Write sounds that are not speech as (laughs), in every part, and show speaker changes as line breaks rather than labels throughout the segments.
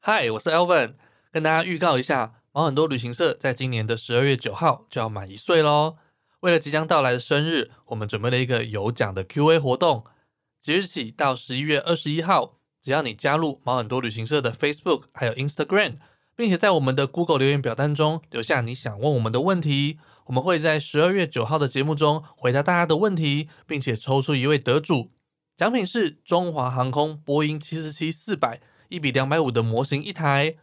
嗨，我是 Elvin，跟大家预告一下，毛很多旅行社在今年的十二月九号就要满一岁喽。为了即将到来的生日，我们准备了一个有奖的 Q&A 活动，即日起到十一月二十一号，只要你加入毛很多旅行社的 Facebook 还有 Instagram，并且在我们的 Google 留言表单中留下你想问我们的问题，我们会在十二月九号的节目中回答大家的问题，并且抽出一位得主。奖品是中华航空波音七四七四百一比两百五的模型一台。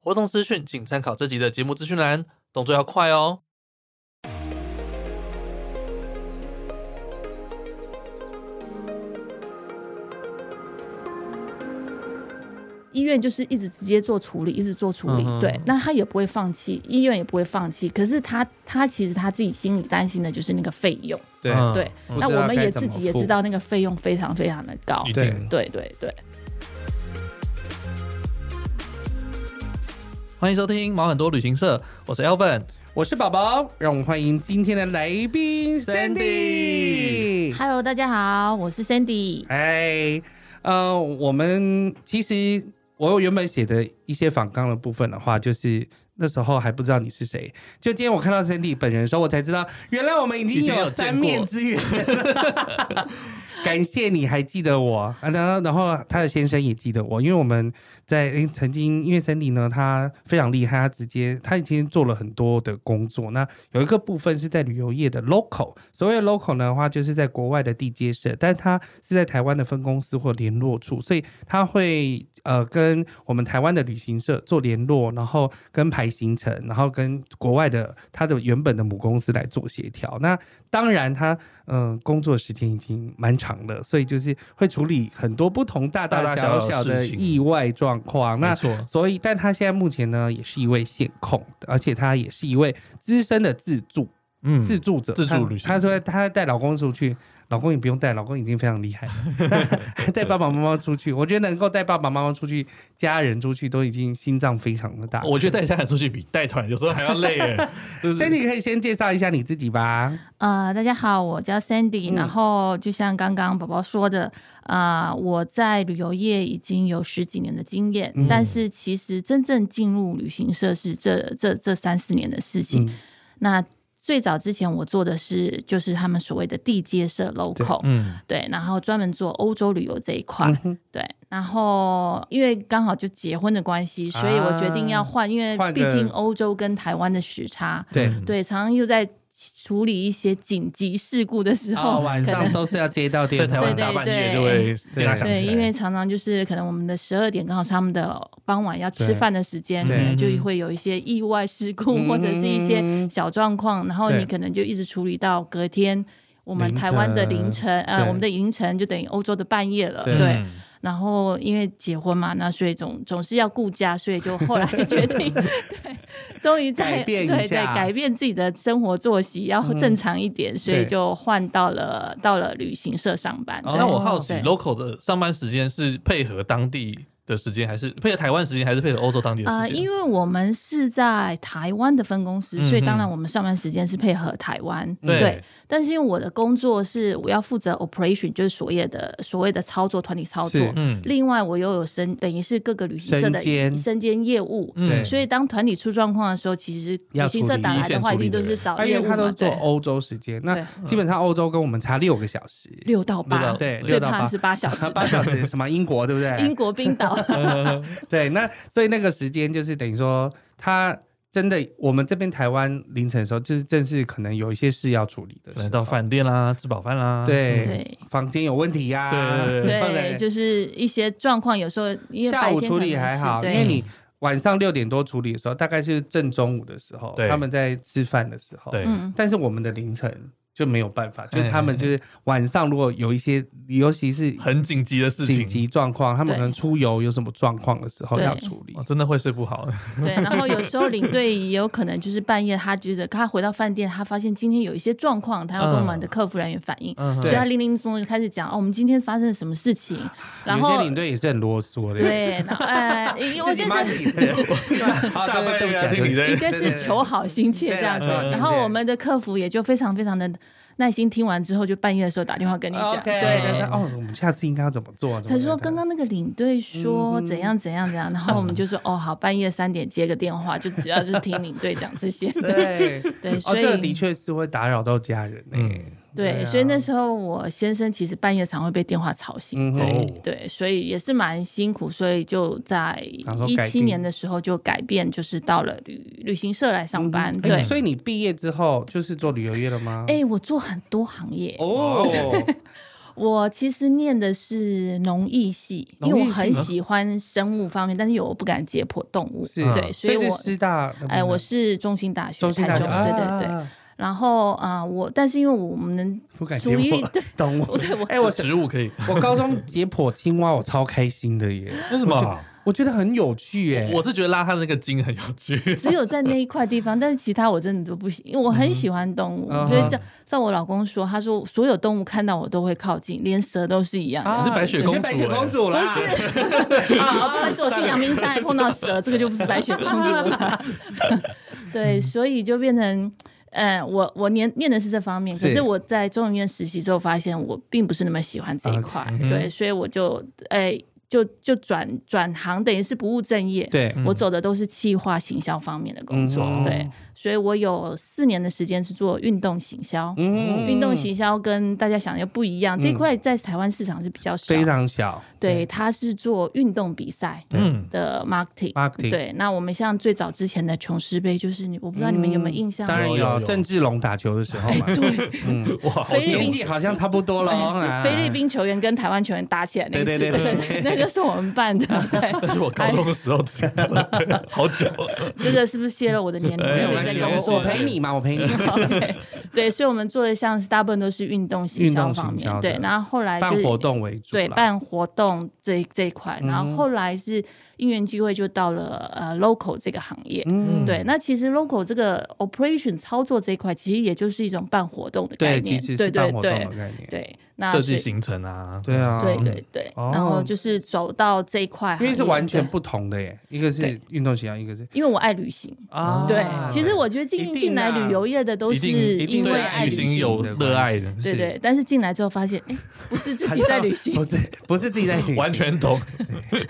活动资讯请参考这集的节目资讯栏，动作要快哦。
医院就是一直直接做处理，一直做处理，
嗯哼
对，那他也不会放弃，医院也不会放弃。可是他他其实他自己心里担心的就是那个费用，
对，
嗯
对。
不知
那
道
我们
该
也
怎
自
么
己也
付
知道那个费用非常非常的高
一，
对
定。
对对对。
欢迎收听毛很多旅行社，我是 Elvin。
我是宝宝，让我们欢迎今天的来宾
Sandy
Sandy。
Hello，大家好，我是 Sandy。
哎，呃，我们其实我原本写的一些访纲的部分的话，就是那时候还不知道你是谁，就今天我看到 Sandy 本人的时候，我才知道原来我们已
以
经
前有
有
见
三
过
面之缘。
(laughs)
感谢你还记得我，啊然后然后他的先生也记得我，因为我们在诶曾经，因为 Sandy 呢，他非常厉害，他直接他已经做了很多的工作。那有一个部分是在旅游业的 local，所谓的 local 呢的话，就是在国外的地接社，但他是在台湾的分公司或联络处，所以他会呃跟我们台湾的旅行社做联络，然后跟排行程，然后跟国外的他的原本的母公司来做协调。那当然他，嗯、工作时间已经蛮长了，所以就是会处理很多不同大
大
大
大小
小
小
小
的
的
事情
意外状况。那
没错，
所以，但他现在目前呢，也是一位线控，而且他也是一位资深的自助
嗯
自助者，
自助旅行
她她说她带老公出去，老公也不用带，老公已经非常厉害了。
(laughs)
那带爸爸妈妈出去，我觉得能够带爸爸妈妈出去，家人出去都已经心脏非常的大。
我觉得带家人出去比带团有时候还要累
(laughs)
耶，是不
所以
是？
你可以先介绍一下你自己吧。
呃，大家好，我叫 Sandy，、
嗯
然后就像刚刚宝宝说的，啊、我在旅游业已经有十几年的经验，
嗯
但是其实真正进入旅行社是这这这三四年的事情。
嗯，
那最早之前我做的是就是他们所谓的地接社 local，
嗯，
对然后专门做欧洲旅游这一块，
嗯哼
对，然后因为刚好就结婚的关系，所以我决定要换，因为
啊换
毕
个
竟欧洲跟台湾的时差，
对。
嗯
对，常常又在处理一些紧急事故的时候，
哦，晚
可
上
能
都是要接到
在
电
台
话
湾
对
大半夜
对
就会
对
电话响
对，
起来，
因为常常就是可能我们的十二点刚好是他们的傍晚要吃
对
饭的时间，可
对
能就会有一些意外事故
嗯
或者是一些
嗯
小状况，然后
对
你可能就一直处理到隔天。我们
凌
台湾的凌
晨
晨，呃，
对
我们的凌晨就等于欧洲的半夜了，
对
对。
嗯
然后因为结婚嘛，那所以总总是要顾家，所以就后来决
(laughs)
定，对，终于在
改变一
对对
下
改变自己的生活作息，要正常一点，所以就换到了到了旅行社上班。
哦
对
那我好奇
对
，local 的上班时间是配合当地的时间，还是配合台湾时间，还是配合欧洲当地的
呃，
时间？
因为我们是在台湾的分公司，
嗯
所以
嗯
当然我们上班时间是配合台湾。
对
但是因为我的工作是我要负责 operation，就是所谓的所谓的操作团体操作
是。
嗯
另外，我又有身等于是各个旅行社的
身兼
身兼业务，
嗯，
所以当团体出状况的时候，其实
要
旅行社
处理
打
一
来
线
的话，
处
一
理
定都
的
是找
啊因
业
为
务
他都
嘛，
是做
对，
欧洲时间，那
对嗯
基本上欧洲跟我们差六个小时，
六到八，
对
最
六到
怕
八
是八小
(laughs)
时，
八小时什么英国对不对？
(laughs) 英国冰
(laughs)
岛，
对，那所以那个时间就是等于说，他真的，我们这边台湾凌晨的时候，就是正是可能有一些事要处理
可
的时候，
能到饭店啦，吃饱饭啦，嗯
对
对
房间有问题呀、
对对
对，就是一些状况，有时候因为
下
白
午
天
处
可
理
能
还
是
好，因
对
为你晚上六点多处理的时候，大概是正中午的时候
对，
他们在吃饭的时候，
对，
嗯，
但是我们的凌晨就没有办法，就
哎
是他们就是晚上如果有一些，尤其是
很紧急的事情，
紧急状况，他们
对
可能出游有什么状况的时候
对
要处理
哦，，真的会睡不好。
对。然后有时候领队也有可能就是半夜，他觉得他回到饭店，他发现今天有一些状况，他要跟我们的客服人员反映，
嗯，
所以
对
他零零总总就开始讲哦，我们今天发生了什么事
(laughs)
情，然
有些
后
领队也是很啰嗦的，
对，然后呃，我
自己
觉
骂
得
自
(laughs)
己的人，好
大半夜
对不起
来
啊
听你
对啊
的
应该是求好心切这样子。
对对对
然后我们的客服也就非常非常的耐心听完之后，就半夜的时候打电话跟你讲。
OK，
对
他
对
说
对。
哦，我们下次应该要怎么做啊？怎么
他说
怎么
刚刚那个领队说
嗯
怎样怎样怎样，然后我们就说哦好，半夜三点接个电话，就只要是听领队讲这些。
(laughs) 对
(laughs) 对，
哦，
所以、
这个的确是会打扰到家人诶、
嗯
对，
对啊
所以那时候我先生其实半夜常会被电话吵醒，
嗯
对、
哦
对，所以也是蛮辛苦，所以就在
想说
一
改
七
变
年的时候就改变，就是到了旅旅行社来上班，
嗯哼哎
对。
所以你毕业之后就是做旅游业了吗？
哎、我做很多行业。
哦，
我其实念的是农艺系，因为
农
我
艺系
很
吗
喜欢生物方面，但是我不敢解剖动物。
(laughs) 是，啊
嗯
对，
所
以
是
我
师大那边的，
哎、我是中兴大学，
中心大
台
学，
中，对对对。
啊，
然后啊、我但是因为我们
不敢
属
接
于
我，懂
我 (laughs)
我。
对我
哎，我
植物可以？
我高中解剖青蛙，我超开心的耶！
(laughs) 为什么
我觉？我觉得很有趣耶。
我是觉得拉他的那个筋很有趣。
只有在那一块地方，但是其他我真的都不行，因为我很喜欢动物，
嗯哼
所以照照我老公说，他说所有动物看到我都会靠近，连蛇都是一样
啊
的。
啊 (laughs) 你是白雪公主哎
你是白雪公主啦，
啊，不好意思，我去阳明山还碰到蛇，这个就不是白雪公主了。 (laughs) 对，所以就变成，嗯，我我念念的是这方面，
是
可是我在中研院实习之后，发现我并不是那么喜欢这
啊
一块
OK
对，所以我就，哎、就就转转行，等于是不务正业。
对，嗯
我走的都是企划行销方面的工作，
嗯
哦
对，所以我有四年的时间是做运动行销。
嗯
运动行销跟大家想的又不一样，这
嗯
块在台湾市场是比较少。
非常小，
对，它是做运动比赛
嗯，
的 marketing。
，marketing
对，那我们像最早之前的琼斯杯，就是你，我不知道你们有没有印象？
当然
有有有
有郑志龙打球的时候
(laughs)
嘛，(laughs)
对，
嗯，
哇，好
菲律
年
宾
纪好像差不多了哦。啊
菲律，宾球员跟台湾球员打起来那一次，
对对对对
那个是我们
(laughs)
办的。对
那是我高中的时候听的，好久了。
这个是不是泄露我的年龄？
哎
没有
所以
关系，
这个
我
我
我陪你嘛，我陪你。
OK，对，所以我们做的像是大部分都是运动行销方
运动行销
面，
的
对，然后后来就
办
是
活动为主啦，
对办活动这这一块，然
嗯
后后来是因缘机会就到了呃 local 这个行业。
嗯，
对，那其实 local 这个 operation 操作这一块，其实也就是一种办活动的概
对，
念
其，实
对
是办
对
活动的
对
概念，
对，那
设计
是
行程啊，
对啊，
对对对，
哦
然后就是走到这一块行业，
因为是完全
对，
不同的耶，一个是
对
运动型，一个是
因为我爱旅行，
啊
对，其实我觉得
一
进
定
进来
啊
旅游业的都
一
是
定一
因
定
为
对
爱
旅
旅
行有热爱的
对对，但是进来之后发现，哎，不是自己在旅行
(laughs) 不，是不是自己在旅行，
完全懂。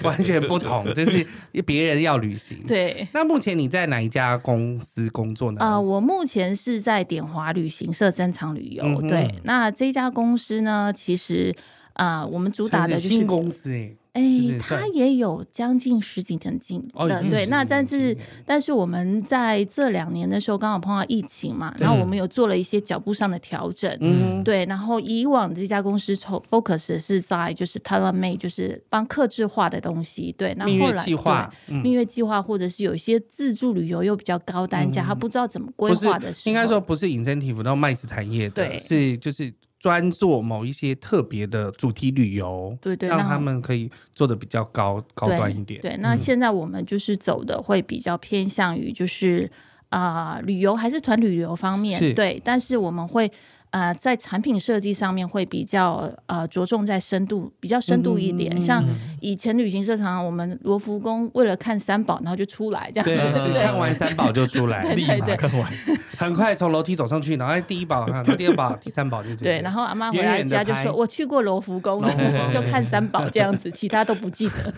完全
(laughs)
不同，就是别人要旅行。，
对。
那目前你在哪一家公司工作呢？
啊，我目前是在典华旅行社专场旅游。
嗯哼
对，那这家公司呢，其实啊、呃我们主打
它
的就
是
是
新公司哎，
哎
就是，
它
算
也有将近十几年进的，
哦，已经
对。
10
那
年
但是
10年
但是我们在这两年的时候，刚好碰到疫情嘛，
对
然后我们有做了一些脚步上的调整。
嗯，
对，然后以往这家公司从 focus 的是在就是 tailor made，就是帮客制化的东西。对，那
蜜
后
月
来
计划，
对
嗯
蜜月计划，或者是有一些自助旅游又比较高单价，
嗯
他不知道怎么规
不是
划的时候，
应该说不是 incentive 到 m i 产业的，
对
是就是专做某一些特别的主题旅游，
对对，
让
那
他们可嗯以做的比较高高端一点。
对，那现在我们就是走的会比较偏向于就是啊、呃旅游还是团旅游方
是
面，对，但是我们会。呃，在产品设计上面会比较呃着重在深度，比较深度一点。
嗯
像以前旅行社常常我们罗浮宫为了看三宝，然后就出来这样，
对，
嗯
只看完三宝就出来，
立马看完，
很快从楼梯走上去，然后哎第一宝、然后第二宝、第三宝就这
对
样
然后阿妈回
远
来
远地
家就
拍
说：“我去过罗浮宫
罗浮宫，
就看三
(laughs)
宝这样子，其他都不记得。”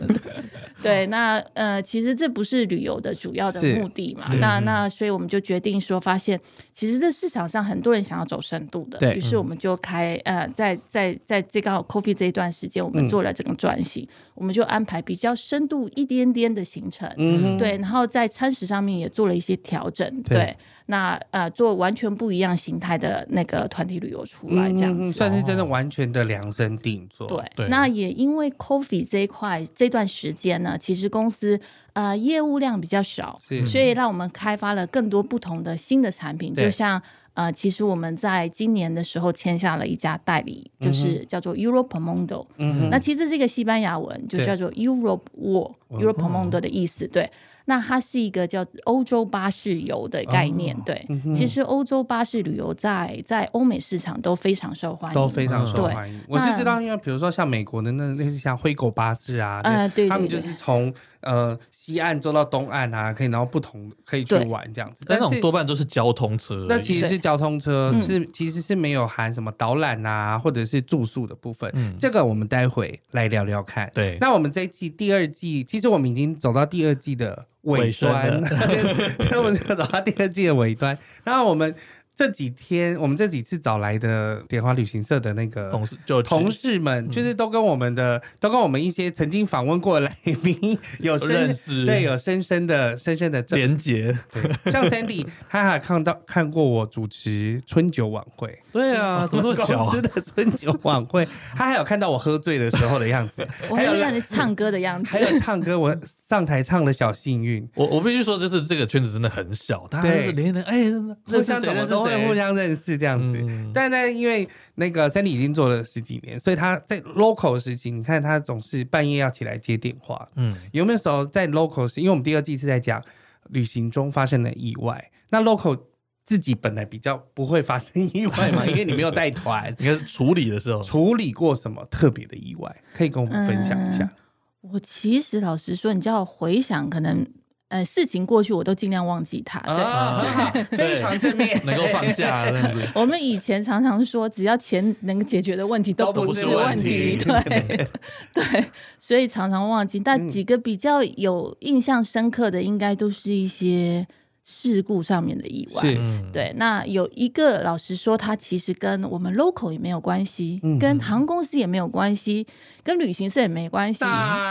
对，那呃，其实这不是旅游的主要的
是
目的嘛
是。
那
嗯
那所以我们就决定说，发现其实这市场上很多人想要走深度的，
对嗯
于是我们就开呃，在在在这刚好 coffee 这一段时间，我们
嗯
做了这个转型，我们就安排比较深度一点点的行程。
嗯哼，
对，然后在餐食上面也做了一些调整，
对
对，那呃做完全不一样形态的那个团体旅游出来这样子。哦
嗯算是真的完全的量身定做。
对，
对
那也因为 coffee 这一块这段时间呢，其实公司呃业务量比较少，
是
所以让我们开发了更多不同的新的产品，
嗯对
就像呃，其实我们在今年的时候签下了一家代理，就是叫做 Europe Mondo，、
嗯嗯哼
那其实这个西班牙文就
对哦
叫做 Europe War，
文
Europe
化
Mong 的意思。对，那它是一个叫欧洲巴士游的概念。
哦
对，
嗯哼
其实欧洲巴士旅游在在欧美市场都非常受欢迎，
都非常受
嗯对
欢迎。我是知道，因为比如说像美国的那类似像灰狗巴士啊，
嗯对对
他们就
对
是从呃西岸坐到东岸啊，可以然后不同可以去
对
玩这样子。
但
但
那种
是
多半都是交通车而已。
那其实是交通车，
嗯
是其实是没有含什么导览啊，或者是住宿的部分。
嗯，
这个我们待会来聊聊看。
对，
那我们这一季第二季，其实我们已经走到第二季的尾
尾声 (laughs)
端，对 (laughs) 我们就走到第二季的尾端。然后我们这几天，我们这几次找来的点花旅行社的那个
同事就
同事们，
嗯
就是都跟我们的，都跟我们一些曾经访问过的来
(laughs)
宾有深
认识
对有深深的深深的对，
连结， (laughs)
像 Sandy，他还看到看过我主持春酒晚会，
对
(laughs)
啊，怎么那么巧
公
啊
司？的春酒晚会，他还有看到我喝醉的时候的样
(laughs)
子，
我
还有
会让你唱歌的样子
还。有唱歌，我上台唱了《小幸运》，
(laughs) 我我必须说，就是这个圈子真的很小，大家
对
就是连连哎，
互
认识
相
谁
怎么
认识
都会互
谁，
相认识这样子。
嗯
但但因为那个 Sandy 已经做了十几年，所以他在 local 时期，你看他总是半夜要起来接电话。
嗯，
有没有时候在 local 时，因为我们第二季是在讲旅行中发生的意外，那 local 自己本来比较不会发生意外嘛，因为你没有带团，
应该是处理的时候，
处理过什么特别的意外，可以跟我们分享一下。
我其实老实说，你叫我回想，可能呃事情过去我都尽量忘记它。嗯对，
啊，很好非常正面，
能够
(laughs)
放下啊这样子。
我们以前常常说，只要钱能解决的问题
都
都
不
不
是
是
问
问题，
题
对对，所以常常忘记。但几个比较有印象深刻的，应该都是一些事故上面的意外。
是
嗯，
对，那有一个老实说，它其实跟我们 local 也没有关系，
嗯
跟航空公司也没有关系，跟旅行社也没关系。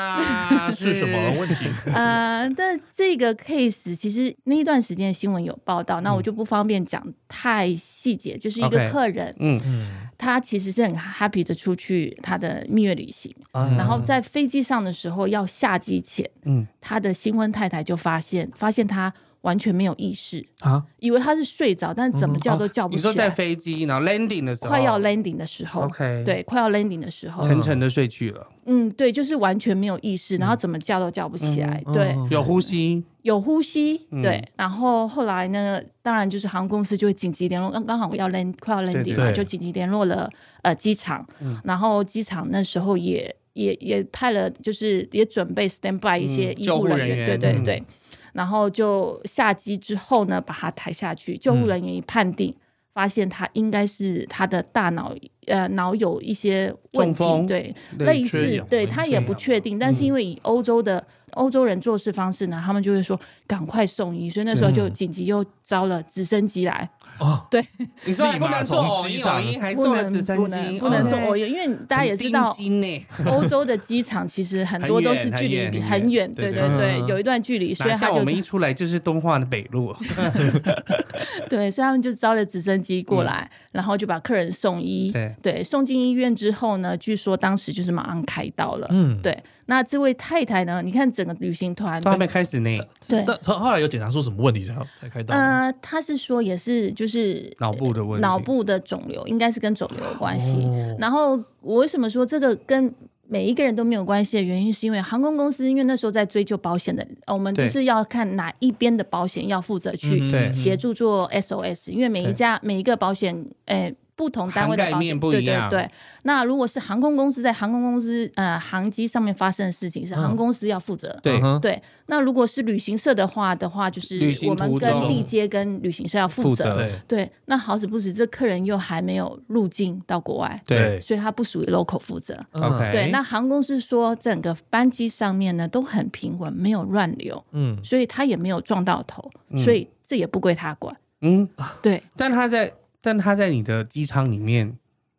那
是什么？问题？
呃，但这个 case 其实那一段时间新闻有报道，那我就不方便讲太细节，就是一个
嗯 OK
客人。
(laughs) 嗯，
嗯，
他其实是很 happy 的出去他的蜜月旅行，
嗯
然后在飞机上的时候要下机前，
嗯
他的新婚太太就发现，发现他完全没有意识，
啊，
以为他是睡着，但怎么叫都叫不
嗯哦你
起来。
说在飞机然后 landing 的时候，
快要 landing 的时候
OK
对，快要 landing 的时候，
沉沉的睡去了，
嗯，对，就是完全没有意识，然后
嗯
怎么叫都叫不起来，
嗯
对，
嗯
有呼吸，
有呼吸，
嗯
对，然后后来呢，当然就是航空公司就会紧急联络，刚刚好要 land 快要 landing 嘛，
对
就紧急联络了呃机场，
嗯
然后机场那时候也也也派了，就是也准备 stand by 一些
嗯
医
救护
护
人
员，
员
对对
嗯
对，然后就下机之后呢，把他抬下去，救护人员一判定。
嗯
发现他应该是他的大脑呃脑有一些问题，
中风
对，
类
类
似
缺
似
氧，
对
类
他
缺
也
氧
不确定，但是
嗯
因为以欧洲的欧洲人做事方式呢，他们就会说赶快送医，所以那时候
嗯
就紧急又招了直升机来，
哦，
对，
你说还不能坐
立马
偶
从
一
机
偶
上
一，还
不
坐哎了
能
直升
不
机，
能不能
哦
做
OK
欧因为大家也知
很
道
钉筋呢，
欧洲的机场其实很多都是距
很
离
远
很远，
很远
对
对
对
对
对，有一段距离，所以
哪
他
像
就
我们一出来就是东化的北
(laughs)
路，
对，所以他们就招了直升机过来，然后就把客人送医，
嗯对
对，送进医院之后呢，据说当时就是马上开刀了，
嗯，
对，那这位太太呢，你看整个旅行团
都还没开始呢，
对
但后后来有检查出什么问题才才开刀吗？
呃，他是说也是就是
脑部的问题，
脑部的肿瘤，应该是跟肿瘤有关系。
哦
然后我为什么说这个跟每一个人都没有关系的原因，是因为航空公司因为那时候在追究保险的，呃我们就
对
是要看哪一边的保险要负责
嗯
去
对
协助做 SOS，、因为每一家每一个保险，诶、不同单位的
涵盖
保
面
险
不一样
对对对。那如果是航空公司在航空公司呃航机上面发生的事情，是
嗯
航空公司要负责。
对
嗯哼
对，那如果是旅行社的话的话，就是
旅行
我
途
们
中
跟地接跟旅行社要
负
负
责
责。
对
对，那好死不死，这客人又还没有入境到国外，
对哎
所以他不属于 local 负责。
嗯
OK
对，那航空公司说整个班机上面呢都很平稳，没有乱流，
嗯，
所以他也没有撞到头，所以这也不归他管。
嗯，
对，
但他在但他在你的机舱里面，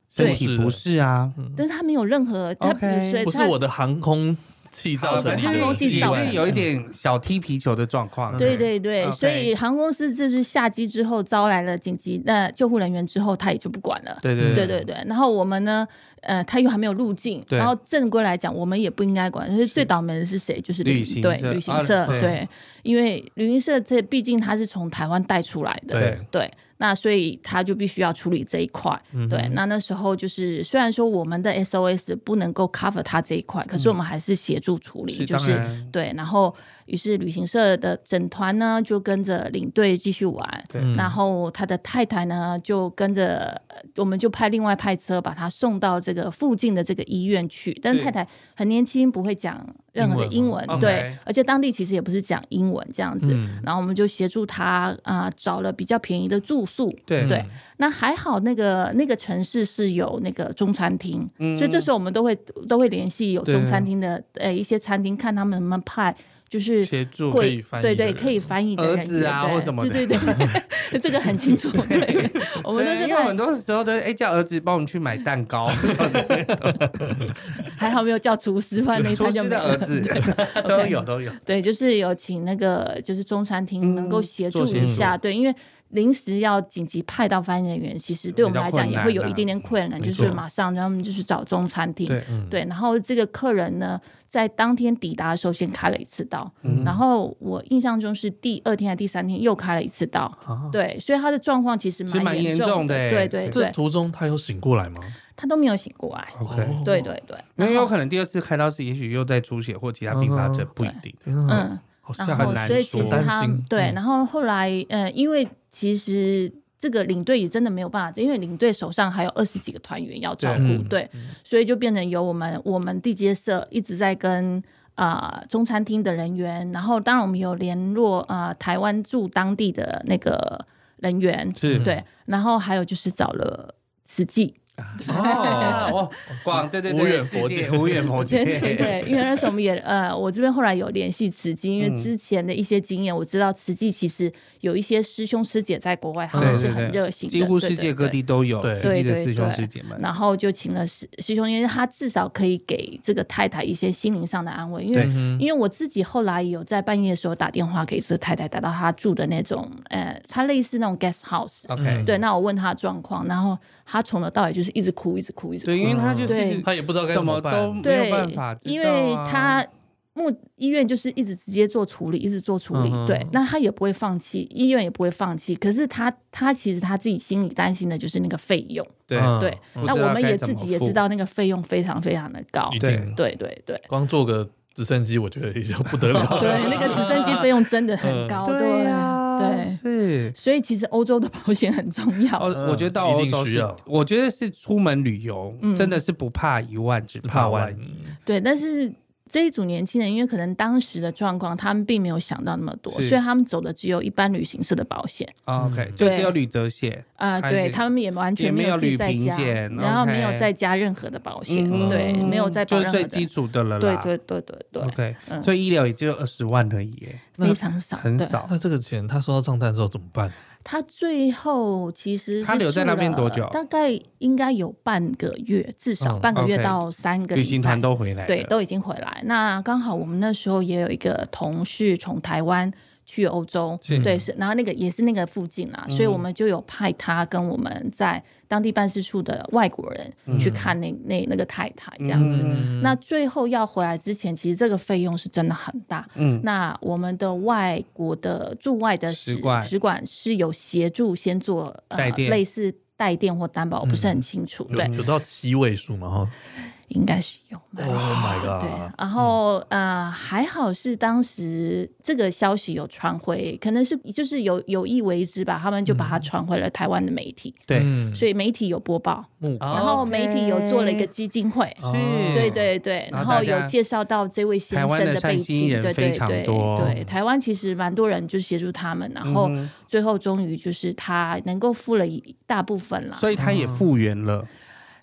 身
对
体不适啊，
但是他没有任何，他
OK
所以
不是
他
我的航空器造成
反
的，
正航空器
也
造成
是有一点小踢皮球的状
嗯
况，
对对对
OK
所以航空公司这是下机之后招来了紧急那救护人员之后，他也就不管了。
对对
对对对，然后我们呢，呃，他又还没有入境，
对
然后正规来讲，我们也不应该管，所以最倒霉的是谁？就是
旅
旅
行
对
社
旅行
啊
社，
对
对，因为旅行社这毕竟他是从台湾带出来的，
对
对，那所以他就必须要处理这一块。
嗯哼
对，那那时候就是虽然说我们的 SOS 不能够 cover 他这一块，可是我们还是协助处理，
嗯是
就
当
是
然，
对。然后，于是旅行社的整团呢就跟着领队继续玩，
对
嗯
然后他的太太呢就跟着，呃我们就派另外派车把他送到这个附近的这个医院去。但
是
太太很年轻，不会讲任何的
英
英
文
文，
吗
对
OK
而且当地其实也不是讲英文这样子。
嗯
然后我们就协助他啊、找了比较便宜的住宿，
对
嗯
对那还好，那个那个城市是有那个中餐厅，
嗯
所以这时候我们都会都会联系有
对
中餐厅的呃一些餐厅，看他们能不能派就是
协助可以
会
翻译
对
的
对
人
可以翻译的
儿
人
子啊
对
或什么的
对对对， (laughs) 这个很清楚。对，我们都
对
是
因为很
派，
多时候都是哎叫儿子帮我们去买蛋
(laughs)
糕，
还好没有叫厨师，不然那一
厨
餐就
师
没
的儿
了。 (laughs)
子都有都
哦
有，
对，就是有请那个就是中餐厅能够
嗯
协
做
助
协
一
助
下，对，因为临时要紧急派到翻译人员，其实对我
比
们
较
来讲
困
也
难
会有
啦
一点点困难，
没
就是
错
马上让他们就是找中餐厅，
对
嗯
对，然后这个客人呢，在当天抵达的时候先开了一次刀，
嗯
然后我印象中是第二天还是第三天又开了一次刀，
啊，
对，所以他的状况其实
哦其实蛮
严
严重的欸
对对
这
对，
途中他有醒过来吗
他都没有醒过来，
OK，
哦
对对对，
因为
然
有
后
可能第二次开刀是也许又在出血或其他并发症
嗯，
不一定。
天啊，
嗯，
好吓
然
人
后
很难
所以
说
其实
担
他
心
对
嗯，
然后后来呃，因为其实。这个领队也真的没有办法，因为领队手上还有二十几个团员要照
对
顾，
嗯
对，所以就变成由我们我们地接社一直在跟啊中餐厅的人员，然后当然我们有联络啊、呃台湾驻当地的那个人员，
是
对，然后还有就是找了慈
(laughs)
济，
哦哦，广对对对，
无远
世
佛
界
界
无远佛界， (laughs)
对对 (laughs) 对，因为那时候我们也呃，我这边后来有联系慈济，因为
嗯
之前的一些经验，我知道慈济其实有一些师兄师姐在国外，他
对
们
对
是
对
很热心的，
几乎
对
世界各。
对对
地都有
对
自己的
对对
师兄
对
师姐们。
然后就请了师师兄，因为他至少可以给这个太太一些心灵上的安慰，因为
对
嗯
因为我自己后来有在半夜的时候打电话给这个太太，打到她住的那种，呃，她类似那种 guest house。
OK，
嗯
对，那我问她状况，然后她从头到尾就是一直哭，一直哭，一直哭
对，。因为他就是
对
他也不知道该
什
怎
么
办
都没
对，
有办法知道啊，
因为他目医院就是一直直接做处理，一直做处理，
嗯哼
对，那他也不会放弃，医院也不会放弃。可是他他其实他自己心里担心的就是那个费用，
对
嗯
对
嗯
那
不知道
我们
该
也
怎
自
么
己也
付嗯
知道那个费用非常非常的高
一，
对
定
对对
(laughs)
对。
光坐个直升机，我觉得也就不得了。
(laughs) 对，那个
(laughs)
直升机费用真的
嗯
很高，
(laughs) 对呀，
对
是。
所以其实欧洲的保险很重要。
哦，我觉得到
一
欧
定
洲
需
是
要，
我觉得是出门旅游，
嗯
真的是不怕一万，只怕万一。
一，
对，但是这一组年轻人，因为可能当时的状况，他们并没有想到那么多，
是
所以他们走的只有一般旅行社的保险
哦 OK，
嗯
就
对
只有旅泽险，
啊、
还
对
是
他们也完
也
全
没有
有自己
旅
在
平
加
险，
然后没有
OK
再加任何的保险，
嗯
对，没有再保
就是
任何
最
的。
基础的了
对
啦。
对对对对，
OK，
嗯
所以医疗也只有二十万而已耶，
那
非常少，
很
对。
少。
那这个钱他收到账单之后怎么办？
他最后其实
他
是
留在
住
那边
了
多久
大概应该有半个月，至少
嗯
半个月
OK
到三个
旅
礼
行
拜
团都回来了，
对，都已经回来。那刚好我们那时候也有一个同事从台湾去欧洲，
是嗯
对，是，然后那个也是那个附近啦，所以我们就有派他跟我们在当地办事处的外国人去看那、那那个太太这样子。
嗯
那最后要回来之前，其实这个费用是真的很大。
嗯，
那我们的外国的驻外的
使
使
馆
使馆是有协助先做呃
代垫
类似代垫或担保，我不是很清
嗯
楚，对
有，有到七位数吗？哈
应该是有。
，Oh my
对
啊
god！，
然后、
嗯
呃，还好是当时这个消息有传回，可能是就是有有意为之吧，他们就把它传回了台湾的媒体，
对，
嗯
所以媒体有播报，
目
哦
然后媒体有做了一个
OK
基金会。
哦
是，
对对对，
然
然
后大
后
家
有介绍到这位先
台湾
生
的善
背
心
景，
人
对
非
对
常
对
多
对，台湾其实蛮多人就协助他们，然后
嗯
最后终于就是他能够付了一大部分了，
所以他也复原了，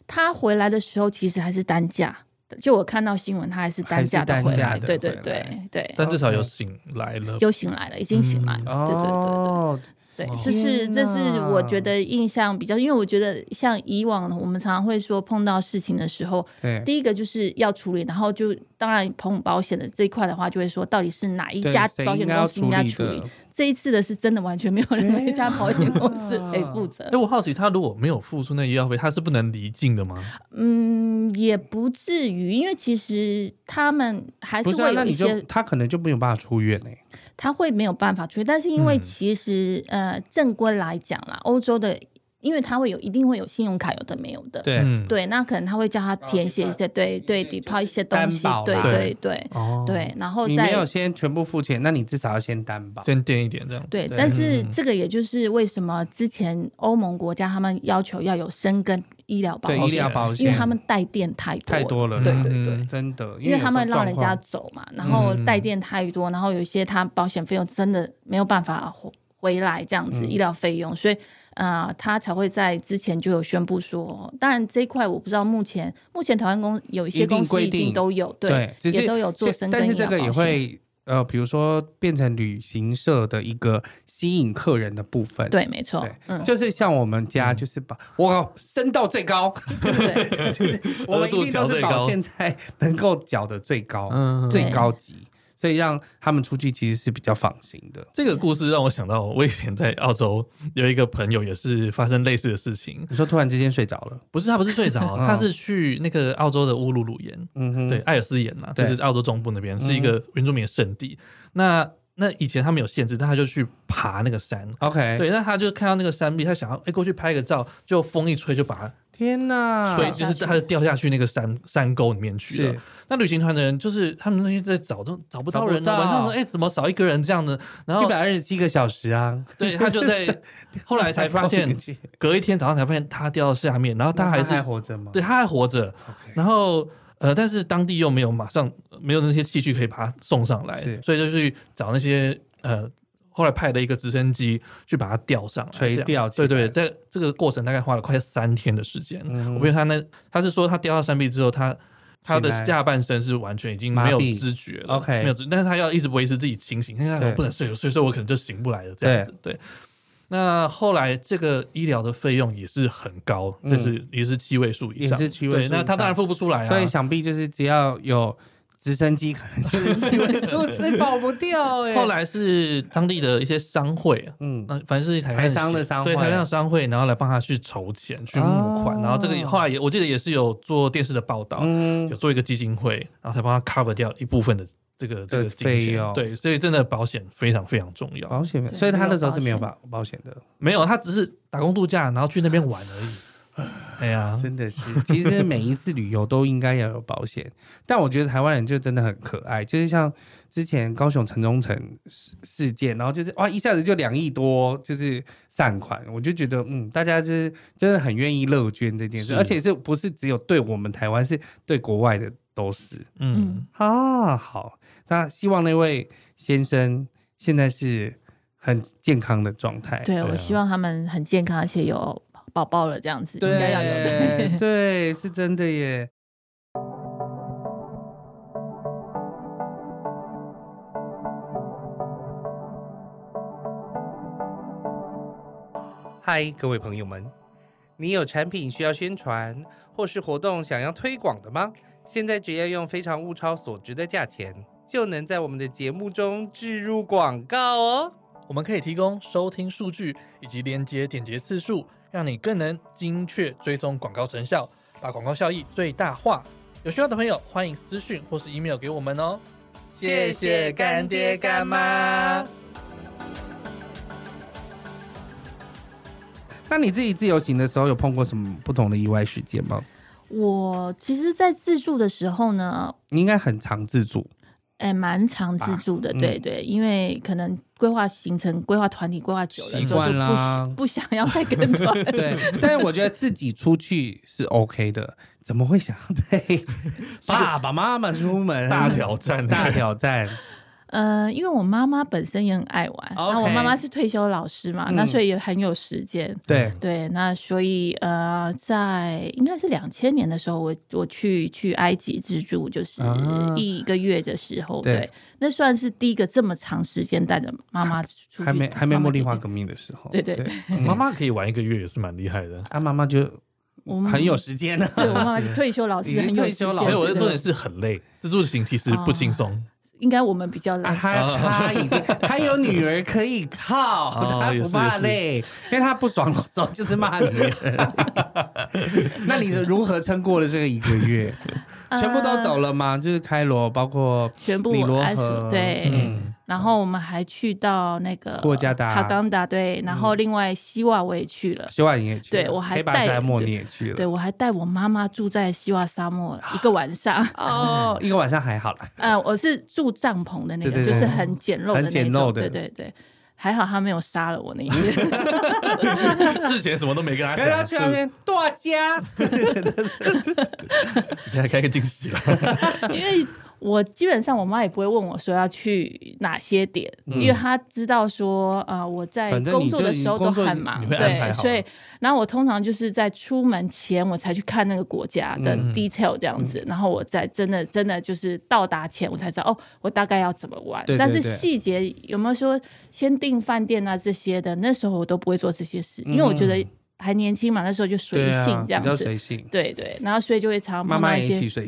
他回来的时候其实还是单价，就我看到新闻，他还是单价的回
还
来，
是单价的
对对
回来
对对，
但至少有醒来了。
又醒来了，已经醒来了，
哦，
对对对
哦
对，这是
天
这是
哪
我觉得印象比较，因为我觉得像以往我们常常会说碰到事情的时候，
对
第一个就是要处理，然后就当然彭保险的这一块的话，就会说到底是哪一
对，
家
谁
保
应
险
该要
公司应该
理
处理
的，，
这一次的是真的完全没有
对啊啊
任何一家保险公司可以负责
(laughs)
哎，。我好奇他如果没有付出那医药费，他是不能离境的吗？
嗯，也不至于，因为其实他们还
不
是
是啊
会，
那
有一
你
些，
就他可能就没有办法出院欸嘞、
他会没有办法去。但是因为
嗯
其实、呃，正规来讲啦，欧洲的，因为他会有一定会有信用卡，有的没有的。
对，
嗯，
对那可能他会叫他填写一
哦
些，对对
就是
，deposit 一些东西
担保啦，
对
对
对对
哦，
对，然后
你没
再
有先全部付钱，那你至少要先担保。
先垫一点这样。
对，
对
但是
嗯
这个也就是为什么之前欧盟国家他们要求要有生根医疗保
对医
险，
疗保
因为
险
他们带电太多
太
了
多了，
对
嗯
对对。
真的，
因为他们
有时
让
候
人家
状况
走嘛，然后
嗯
带电太多，然后有一些他保险费用真的没有办法回回来这样子，
嗯
医疗费用，所以啊，呃他才会在之前就有宣布说，当然这一块我不知道目前目前台湾公有一
一
些
定
公司
规
已经
定
都有对，
只是
也都有做
现
生
但
根医
是这
疗
个也
保险，
会呃，比如说变成旅行社的一个吸引客人的部分。。
对，没错
对，
嗯，
就是像我们家，
嗯
就是把、我升到
(laughs)
最高， (laughs)
对
我们一定都
调最
是
高
保现在能够缴的最高、
嗯，
最
对
高级，所以让他们出去其实是比较放心的。
这个故事让我想到，我以前在澳洲有一个朋友也是发生类似的事情，
你说突然之间睡着了，
不是他不是睡着，
(laughs) 嗯
他是去那个澳洲的乌鲁鲁岩，
嗯哼，
对，，艾尔斯岩嘛，就
对嗯
是澳洲中部那边是一个原住民的圣地。那那以前他们有限制，但他就去爬那个山。
，OK，，
对，那他就看到那个山壁，他想要哎、过去拍个照，就风一吹就把它
天哪，
吹，
掉
就
下
是
去
他就掉下去那个山山沟里面去了
啊是。
那旅行团的人就是他们那些在找都找不到人
找
啊，
不到
晚上说哎、怎么少一个人这样的，然
一
后
百二十七个小时啊，，
(laughs) 对他就在后来才发现
(laughs) 那
隔一天早上才发现他掉到下面，然后他还是
还活着吗？
对他还活着，
OK，
然后呃，但是当地又没有马上没有那些器具可以把他送上来，
是
所以就去找那些呃，后来派了一个直升机去把它吊上来，
垂
这样
吊起
对
来
对，在这个过程大概花了快三天的时间。
嗯
我因为他那他是说他掉到山壁之后，他他的
醒来
下半身是完全已经
麻
没有
痹
知觉了
OK
没有知，但是他要一直维持自己清醒，因为他
对
我不能睡，我睡睡我可能就醒不来了这样子。对，那后来这个医疗的费用也是很高，
嗯
就是也是七位数以上，
也是七位
对，
数
那他
以上
当然付不出来啊，
所以想必就是只要有直升机，可能 (laughs) 就是七位数字跑不掉哎、
后来是当地的一些商会，啊
嗯，
那反正是台湾
台商的商会
对台商的商会，然后来帮他去筹钱、去募款，
哦
然后这个后来也我记得也是有做电视的报道，
嗯
有，做一个基金会，然后才帮他 cover 掉一部分的这个这个金
费
钱。
用哦
对，所以真的保险非常非常重要。
保险没，
对
所以他
没有
那时候是没有
保
保保险的，
没有，他只是打工度假，然后去那边玩而
(sighs)
已。哎呀，
啊
真的是。其实每一次旅游都应该要有保险，但我觉得台湾人就真的很可爱，就是像之前高雄城中城事事件，然后就是哇一下子就两亿多，就是善款，我就觉得嗯，大家就是真的很愿意乐捐这件事，
是
而且是不是只有对我们台湾，是对国外的都是。
嗯，
啊，好，那希望那位先生现在是很健康的状态。
对
啊
我希望他们很健康，而且有宝宝了这样子，应该要有
对
(laughs) 对
对，是真的耶。嗨，各位朋友们，你有产品需要宣传或是活动想要推广的吗？现在只要用非常物超所值的价钱，就能在我们的节目中置入广告哦。
我们可以提供收听数据以及连接点击次数，让你更能精确追踪广告成效，把广告效益最大化。有需要的朋友，欢迎私讯或是 email 给我们哦。
谢谢干爹干妈。那你自己自由行的时候，有碰过什么不同的意外事件吗？
我其实，在自助的时候呢，
你应该很常自助，
哎，蛮常自助的，
啊嗯
对对，因为可能规划行程、规划团体、规划久了，
习
之后就
惯啦
不不想要再跟团。
(laughs) 对。但是我觉得自己出去是 OK 的，怎么会想要带 (laughs) 爸爸妈妈出门？
大挑战，
大挑战，
(laughs) 呃，因为我妈妈本身也很爱玩，那
OK
我妈妈是退休老师嘛，
嗯
那所以也很有时间。
对，
对，那所以呃，在应该是两千年的时候，我我去去埃及自助，就是
啊
一个月的时候，
对
对，那算是第一个这么长时间带着妈妈出去，
还没还没
妈妈
茉莉
姐
花
姐
革命的时候，
对对
(laughs)
嗯
妈妈可以玩一个月也是蛮厉害的。
啊，妈妈就
我们
很有时间啊了。
对我妈妈退休老师
已经
很有
退休哎
时
老
间
没有，我
师
的
是
重点是很累，自助行其实不轻松。
应该我们比较
啊，
懒。
他
哦
他已
(laughs)
经他有女儿可以靠，
哦
他
也
不
是也
怕
是
累，因为他不爽的时候就是骂你。 (laughs) 那你如何撑过了这个一个月？全部都走了吗？就是开罗，包括
呃全部
里罗
安
河，
抚对。
嗯
然后我们还去到那个
霍加达嗯
哈冈达对，然后另外西瓦我也去了，
希望你也去了，
对我还
黑白
带
沙漠你也去
对
了，
我还带我妈妈住在西瓦沙漠
啊
一个晚上，
哦，一个晚上还好
(laughs)
啦，
(laughs) 呃，我是住帐篷的那个，
对对
就
对
是很简陋的那种，
很简陋的
对对对。还好他没有杀了我那一天，
(laughs) 事前什么都没跟他
不要
讲，
去那边剁家，
你给他开个惊喜了。 (laughs)
因为我基本上我妈也不会问我说要去哪些点，
嗯
因为她知道说啊、呃我在
反正你
工作
就
的
已经
时候都
工作
很
你
忙，
你会安排好
对，
了
所以然后我通常就是在出门前我才去看那个国家的
嗯
detail 这样子，然后我再真的真的就是到达前我才知道哦，我大概要怎么玩，
对对
但是
对
细节有没有说先订饭店啊这些的，那时候我都不会做这些事，因为我觉得还年轻嘛，那时候就随
嗯对
性
啊，
这
比
样
较
子。
随性。
对对，然后所以就会常常
妈
碰到
妈
一
也
些
一起随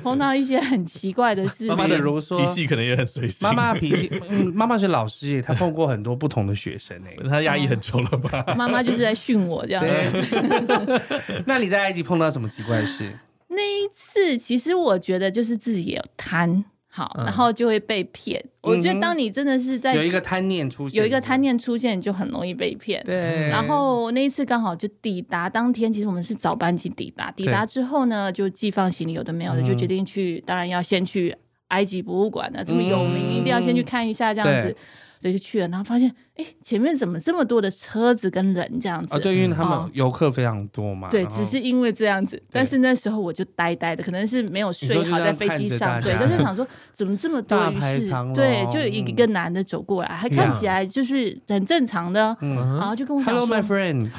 (laughs) 碰到一些很奇怪的事情。
妈妈的
比如说
脾气可能也很随性，
妈妈脾气，嗯，妈妈是老师耶，她碰过很多不同的学生诶。
她压抑很久了吧？
妈妈就是在训我这样。
对， (laughs) 那你在埃及碰到什么奇怪的事？
那一次，其实我觉得就是自己也有贪好，
嗯
然后就会被骗。我觉
嗯哼
得当你真的是在
有一个贪念出现，
有一个贪，念出现，你就很容易被骗。
对，
然后那一次刚好就抵达当天，其实我们是早班机抵达。抵达之后呢，就寄放行李，有的没有的，
嗯
就决定去，当然要先去埃及博物馆啊，这么有名，
嗯
一定要先去看一下这样子
对。
所以就去了，然后发现，哎，前面怎么这么多的车子跟人这样子？
啊，对，因为他
哦
们游客非常多嘛，
对，
然后
只是因为这样子，但是那时候我就呆呆的，可能是没有睡好，在飞机上，
你
对
说就这样看着大，家
但是想说怎么这么多
大
于
排
是
长龙，
对，就有一
嗯
个男的走过来，还看起来就是很正常的，
嗯
然后就跟我讲
，Hello
说
my friend，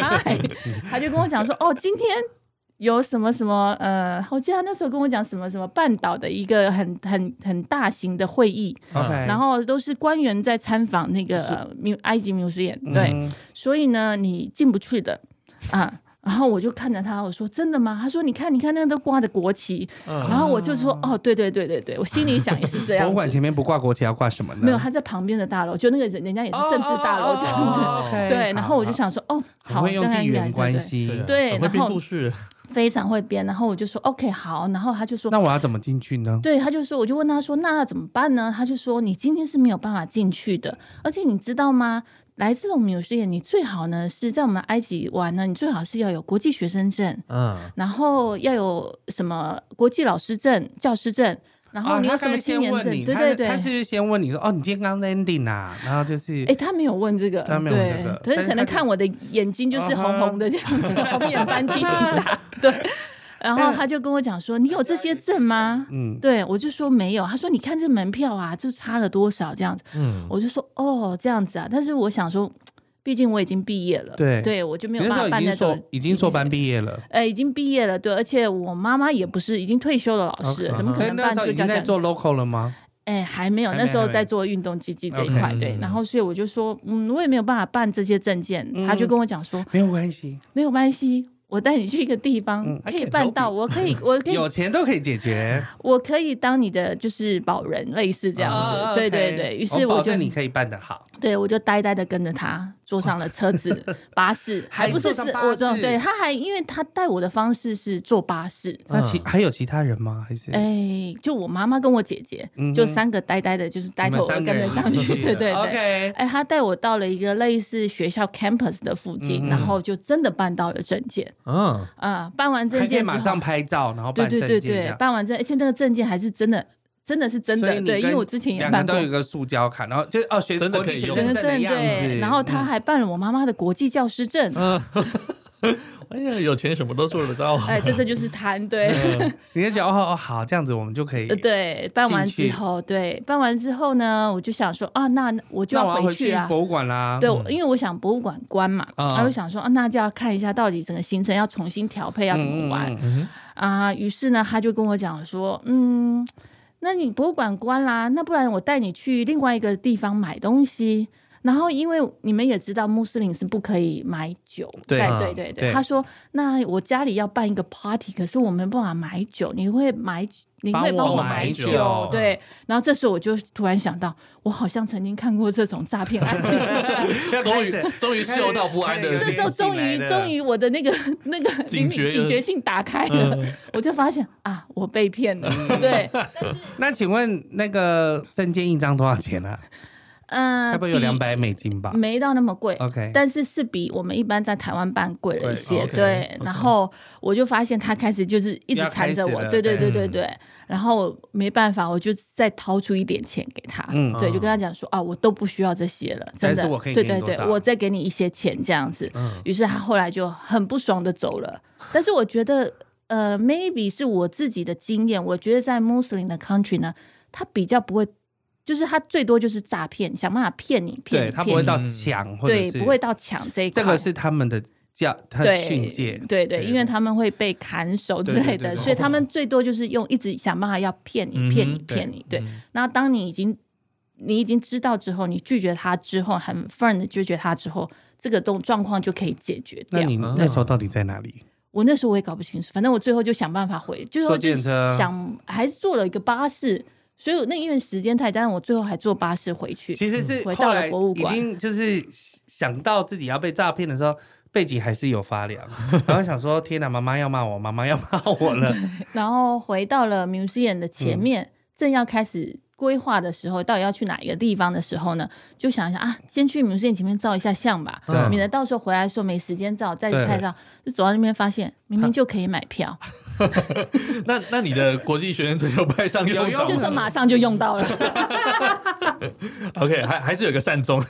嗨，
(laughs)
他就跟我讲说，哦，今天有什么什么，呃，我记得他那时候跟我讲什么什么半岛的一个很很很大型的会议，
OK，
嗯
然后都是官员在参访那个呃缪埃及 museum，对，
嗯
所以呢，你进不去的啊。然后我就看着他，我说：“真的吗？”他说：“你看，你看，那个都挂着国旗。然后我就说：“哦，对对对对对，我心里想也是这
嗯博
样
物馆
子。
前面不挂国旗，要挂什么呢？
没有，他在旁边的大楼，就那个人人家也是
哦
政治大楼这样子。
哦哦哦 OK，
对，然后我就
好
想说：“哦，
好
好，
很会用
当然
地
对
缘
对
关
对
系。
对
很会
然
编
后
故事，
非常会编。”然后我就说：“OK，好。”然后他就说
那我要怎么进去呢？
对，他就说，我就问他说，那怎么办呢？他就说，你今天是没有办法进去的，而且你知道吗？来这种 museum，你最好呢是在我们埃及玩呢，你最好是要有国际学生证，
嗯，
然后要有什么国际老师证、教师证，然后
啊
你有
他
什么
刚才
青
先
年
问
证？
你
对
他
对
是
对。
他是不是先问你说，哦，你今天刚 landing 啊？然后就是
哎，，他没有问这个，
他没有问
对
这个，
可
但
是
是
可能
他就啊
看我的眼睛就是红红的这样子，红眼班机抵
(laughs)
达，对。然后他就跟我讲说：“你有这些证吗？”
嗯，
对，我就说没有。他说：“你看这门票啊，就差了多少这样子。”
嗯
我就说：“哦，这样子啊。”但是我想说，毕竟我已经毕业了，
对
我就没
你
有
那
办
时候
法办
已经
那
硕
种
已经硕班，毕业了，
呃，已经毕业了，对，而且我妈妈也不是已经退休的老师了
OK，
怎么可
哦所以
能
那
办
时候
这
已经
个
在
叫？
做 local 了吗？
哎，还没有，
还
那
没
时候
还没
在做运动基地这一块，
OK
对
嗯。
然后所以我就说，嗯，我也没有办法办这些证件。他就
嗯
跟我讲说，
没有关系，
没有关系。我带你去一个地方，
嗯
可
I
以
can
办
help
到，我可以，我可以
(laughs) 有钱都可以解决。
我可以当你的就是保人，类似 (laughs) 这样子。
哦
对
OK
对对，于
我
是我
保
就嗯
证你可以办得好。
对我就呆呆的跟着他坐上了车
(laughs)
子巴士，
还
还不是
坐上
是
巴
我坐
士
对，他还因为他带我的方式是坐巴士。
那其
嗯
还有其他人吗？还是
哎、就我妈妈跟我姐姐，
嗯哼
就三个呆呆的，就是呆
你们
头鹅
三
跟
个人
着上
一起
去，对对对。
OK，
哎，他带我到了一个类似学校 campus 的附近，
嗯
然后就真的办到了证件
嗯，
啊、办完证
还可以
件之
马
后，
上拍照，然后
对
哦办证
对对
件这
对，
样
办完证，而且那个证件还是真的，真的是真
所以
的，
你
对，因为
跟
我之前也
两
办
个
过
都有。一个塑胶卡，然后就哦学
真的
国
可以
际学
用
生
身
证
份
的
证
样子，
对，然后他
嗯哦
还办了我妈妈的国际教师证，
(laughs) 哎呀，有钱什么都做得到，啊
哎，这这
(laughs)
就是贪，对。
嗯
你就讲哦哦好，这样子我们就可以
呃，。对，办完
进去
之后，对，办完之后呢，我就想说啊，那我就
那我
要
要
回
回
去
去
啦。
博物馆啦。
对，
嗯
我因为我想博物馆关嘛，
嗯
然后我想说啊，那就要看一下到底整个行程要重新调配，要怎么玩 (laughs)
嗯？嗯
嗯
嗯
啊。于是呢，他就跟我讲说，嗯，那你博物馆关啦，那不然我带你去另外一个地方买东西。然后，因为你们也知道，穆斯林是不可以买酒。
对
在
啊
对对
对
对。他说：“那我家里要办一个 party，可是我没办法买酒，你会买你
帮
会
我
帮我
买
买
酒
酒，对。然后这时候我就突然想到，我好像曾经看过这种诈骗案
(laughs)
件。
终于终于嗅到不安的
这时候终于终于我的那个那个灵
警
敏
觉
警觉性打开了，
嗯，
我就发现啊，我被骗了。
嗯
对，
那请问那个证件一张多少钱啊？ (laughs)
嗯，
该不会有两百美金吧
比没到那么贵。
？OK，
嗯但是是比我们一般在台湾办贵了一
贵
些，
OK，
对
OK。
然后我就发现他开始就是一直缠着
要开
我
始了，嗯
对对
对
对对对。然后我没办法，我就再掏出一点钱给他，
嗯
对，就跟他讲说啊，我都不需要这些了，真
但
的
是我可以，
对
给
对
你多
对
少，
我再给你一些钱这样子。
嗯
于是他后来就很不爽的走了。但是我觉得，呃，maybe 是我自己的经验，我觉得在 Muslim 的 country 呢，他比较不会，就是他最多就是诈骗，想办法骗你，骗
对
你，
他
骗
不会
你
到
嗯
抢，或者
对，
是
不会到抢这一块。
这个是他们的教，他的
对
训诫，
对对，因为他们会被砍手之
对对
类
对
的，
对
所以他们最多就是用一直想办法要骗
嗯哼
你、骗你、
对
骗你。对，
嗯
那当你已经你已经知道之后，你拒绝他之后，很 firm 的拒绝他之后，这个动状况就可以解决
那
掉。
你那时候到底在哪里？
我那时候我也搞不清楚，反正我最后就想办法回，最后
坐
就
电车啊
想还是坐了一个巴士，所以我那因为时间太短，我最后还坐巴士回去。
其实是
嗯回
后
到
来
了博物
已
馆
经就是想到自己要被诈骗的时候，背脊还是有发凉， (laughs) 然后想说：天哪，妈妈要骂我，妈妈要骂我
(laughs)
了。
然后回到了 museum 的
嗯
前面，正要开始规划的时候，到底要去哪一个地方的时候呢，就想一下啊，先去 museum 前面照一下相吧，
对
免得到时候回来的时候没时间照，再去
对
拍照，就走到那边发现明明就可以买票，
那那你的国际学生证有派上用
有
场
用
吗？
就是马上就用到了。 (laughs)
OK，还还是有个善终，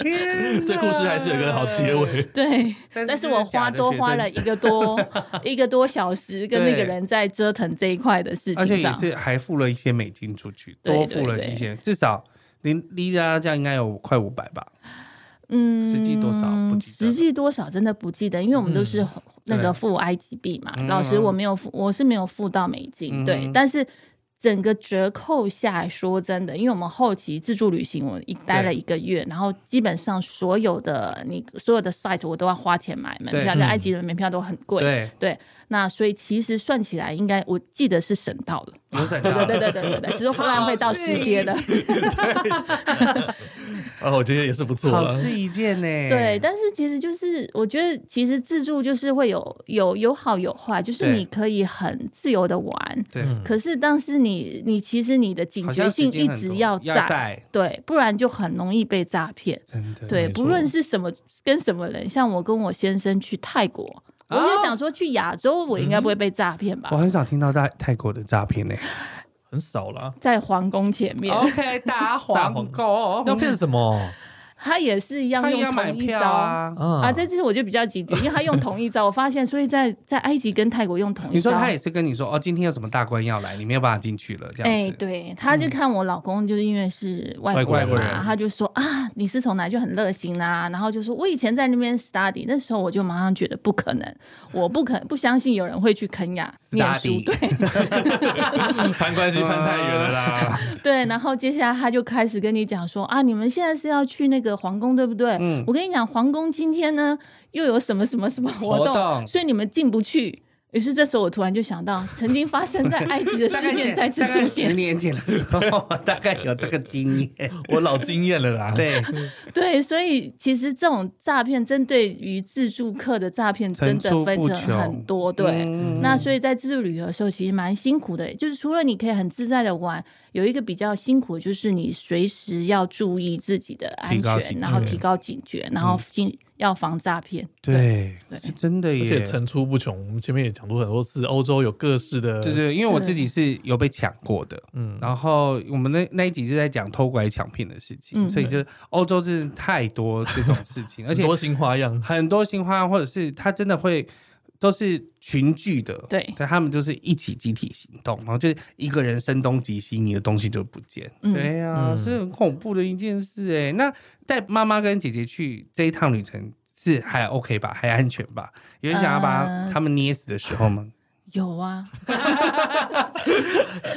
天哪
啊
这故事还是有个好结。
(laughs)
尾。
对，
(laughs) 但是
但是
这是
我
假
花
的
多
学
花
生
了一
证
个多
(laughs)
一个多小时跟那个
对
人在折腾这一块的事
而且
情
也
上。
是还付了一些美金出去，
对
多
对
付了一些，至少您丽拉这样应该有快五百吧？
嗯，
实际多少不记得
实际多少真的不记得，因为我们都是那
对
个付埃及币嘛。
嗯
老师，我没有付，我是没有付到美金，对
嗯，
但是。整个折扣下来，说真的，因为我们后期自助旅行，我一待了一个月，然后基本上所有的你所有的 site 我都要花钱买门
对
票，
嗯
在埃及的门票都很贵，
对，
那所以其实算起来，应该我记得是省到了。
有
(laughs)
省
对
到。
对对对对对，只是会浪费到时间的。
哦，我觉得也是不错
好
啊。
事一件呢。
对，但是其实就是我觉得，其实自助就是会有有有好有坏，就是
对
你可以很自由的玩，
对，
嗯
可是当时你你其实你的警
好
觉
像
性
时间
一
很
直
多
要
要
在，
在
对，不然就很容易被诈骗。
真的
对，
没
不论
错
是什么跟什么人，像我跟我先生去泰国，我
哦
也想说去亚洲，我应该不
嗯
会被诈骗吧
我？很少听到泰泰国的诈骗欸呢。
很少啦。
在皇宫前面，
OK，大
黄
狗
嗯
要骗什么？
他也是一样
他也
用
要买
同一
票
招。
啊。
啊
啊，在这次我就比较警觉，因为他用同一招，我发现，所以在在埃及跟泰国用同一招。
你说他也是跟你说哦，今天有什么大官要来，你没有办法进去了，这样
哎、
子。嗯
对，他就看我老公，就是因为是外国
外
人
国
嘛，
人
他就说啊，你是从哪就很热心啊，然后就说我以前在那边 study，那时候我就马上觉得不可能，我不可不相信有人会去肯亚念书，
Study
对
攀关系攀太远了啦。
(laughs) 对，然后接下来他就开始跟你讲说啊，你们现在是要去那个皇宫对不对？
嗯
我跟你讲，皇宫今天呢又有什么什么什么活
活
动，
动
所以你们进不去。于是这时候我突然就想到，曾经发生在埃及的事
(laughs) 大概
件
前
再次
大
出
概
现
十。年前的时候，大概有这个经 (laughs) 验。
我老经验了啦。
对，
对，所以其实这种诈骗针对于自助客的诈骗真的
层出
分
不
成
穷
很多，对。
嗯
那所以在自助旅游的时候，其实蛮辛苦的，就是除了你可以很自在的玩，有一个比较辛苦，就是你随时要注意自己的安
提高
全，
警嗯
然后
觉
提高警觉，然后进要防诈骗。
对，
对
是真的
而且
耶。
层出不穷，我们前面也讲过很多次，欧洲有各式的，
对，对，因为我自己是有被抢过的，
嗯，
然后我们那那一集是在讲偷拐抢骗的事情，
嗯
所以就是欧洲真的太多这种事情，而
(laughs) 很
且
多新花样，
很多新花样，或者是他真的会都是群聚的，
对
但他们就是一起集体行动，然后就是一个人声东击西，你的东西就不见。
嗯
对呀、啊，
嗯
是很恐怖的一件事哎、那带妈妈跟姐姐去这一趟旅程是还 OK 吧，还安全吧？有想要把
呃
他们捏死的时候吗？
有
(laughs)
啊，
那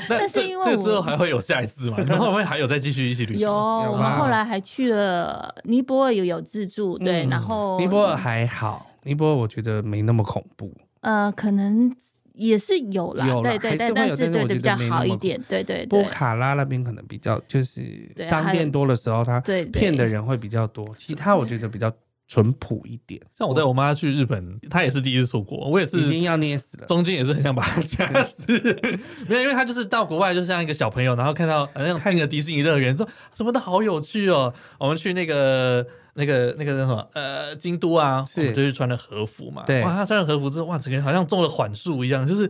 但是
这
因为
这
我
之后还会有下一次
(laughs)
嘛？然后我们还有再继续一起旅行
有，
吗，
我们
吧
后来还去了尼泊尔，有有自助，对，
嗯
然后
尼泊尔还好，尼泊尔我觉得没那么恐怖。
呃，可能也是有啦，
有啦
对对
还
对
是，
但
会有但是
对
我
对
觉
比较
得没那
好一
么
点，对对
波
对
卡拉那边可能比较就是
对
商
还有
店多的时候，它
对，对
骗的。人会比较多，其他我觉得比较淳朴一点。
像我带我妈去日本，她也是第一次出国，我也
已经
是。
要捏死了，
中间也是很想把她 (laughs) 掐
(laughs)
死，没有，因为她就是到国外，就像一个小朋友，然后看到好像进了迪士尼乐园，说啊什么都好有趣哦。我们去那个、那个、那个叫什么呃京都啊，
是
我们就是穿了和服嘛。
对
哇，她穿了和服之后，哇，整个人好像中了缓术一样，就是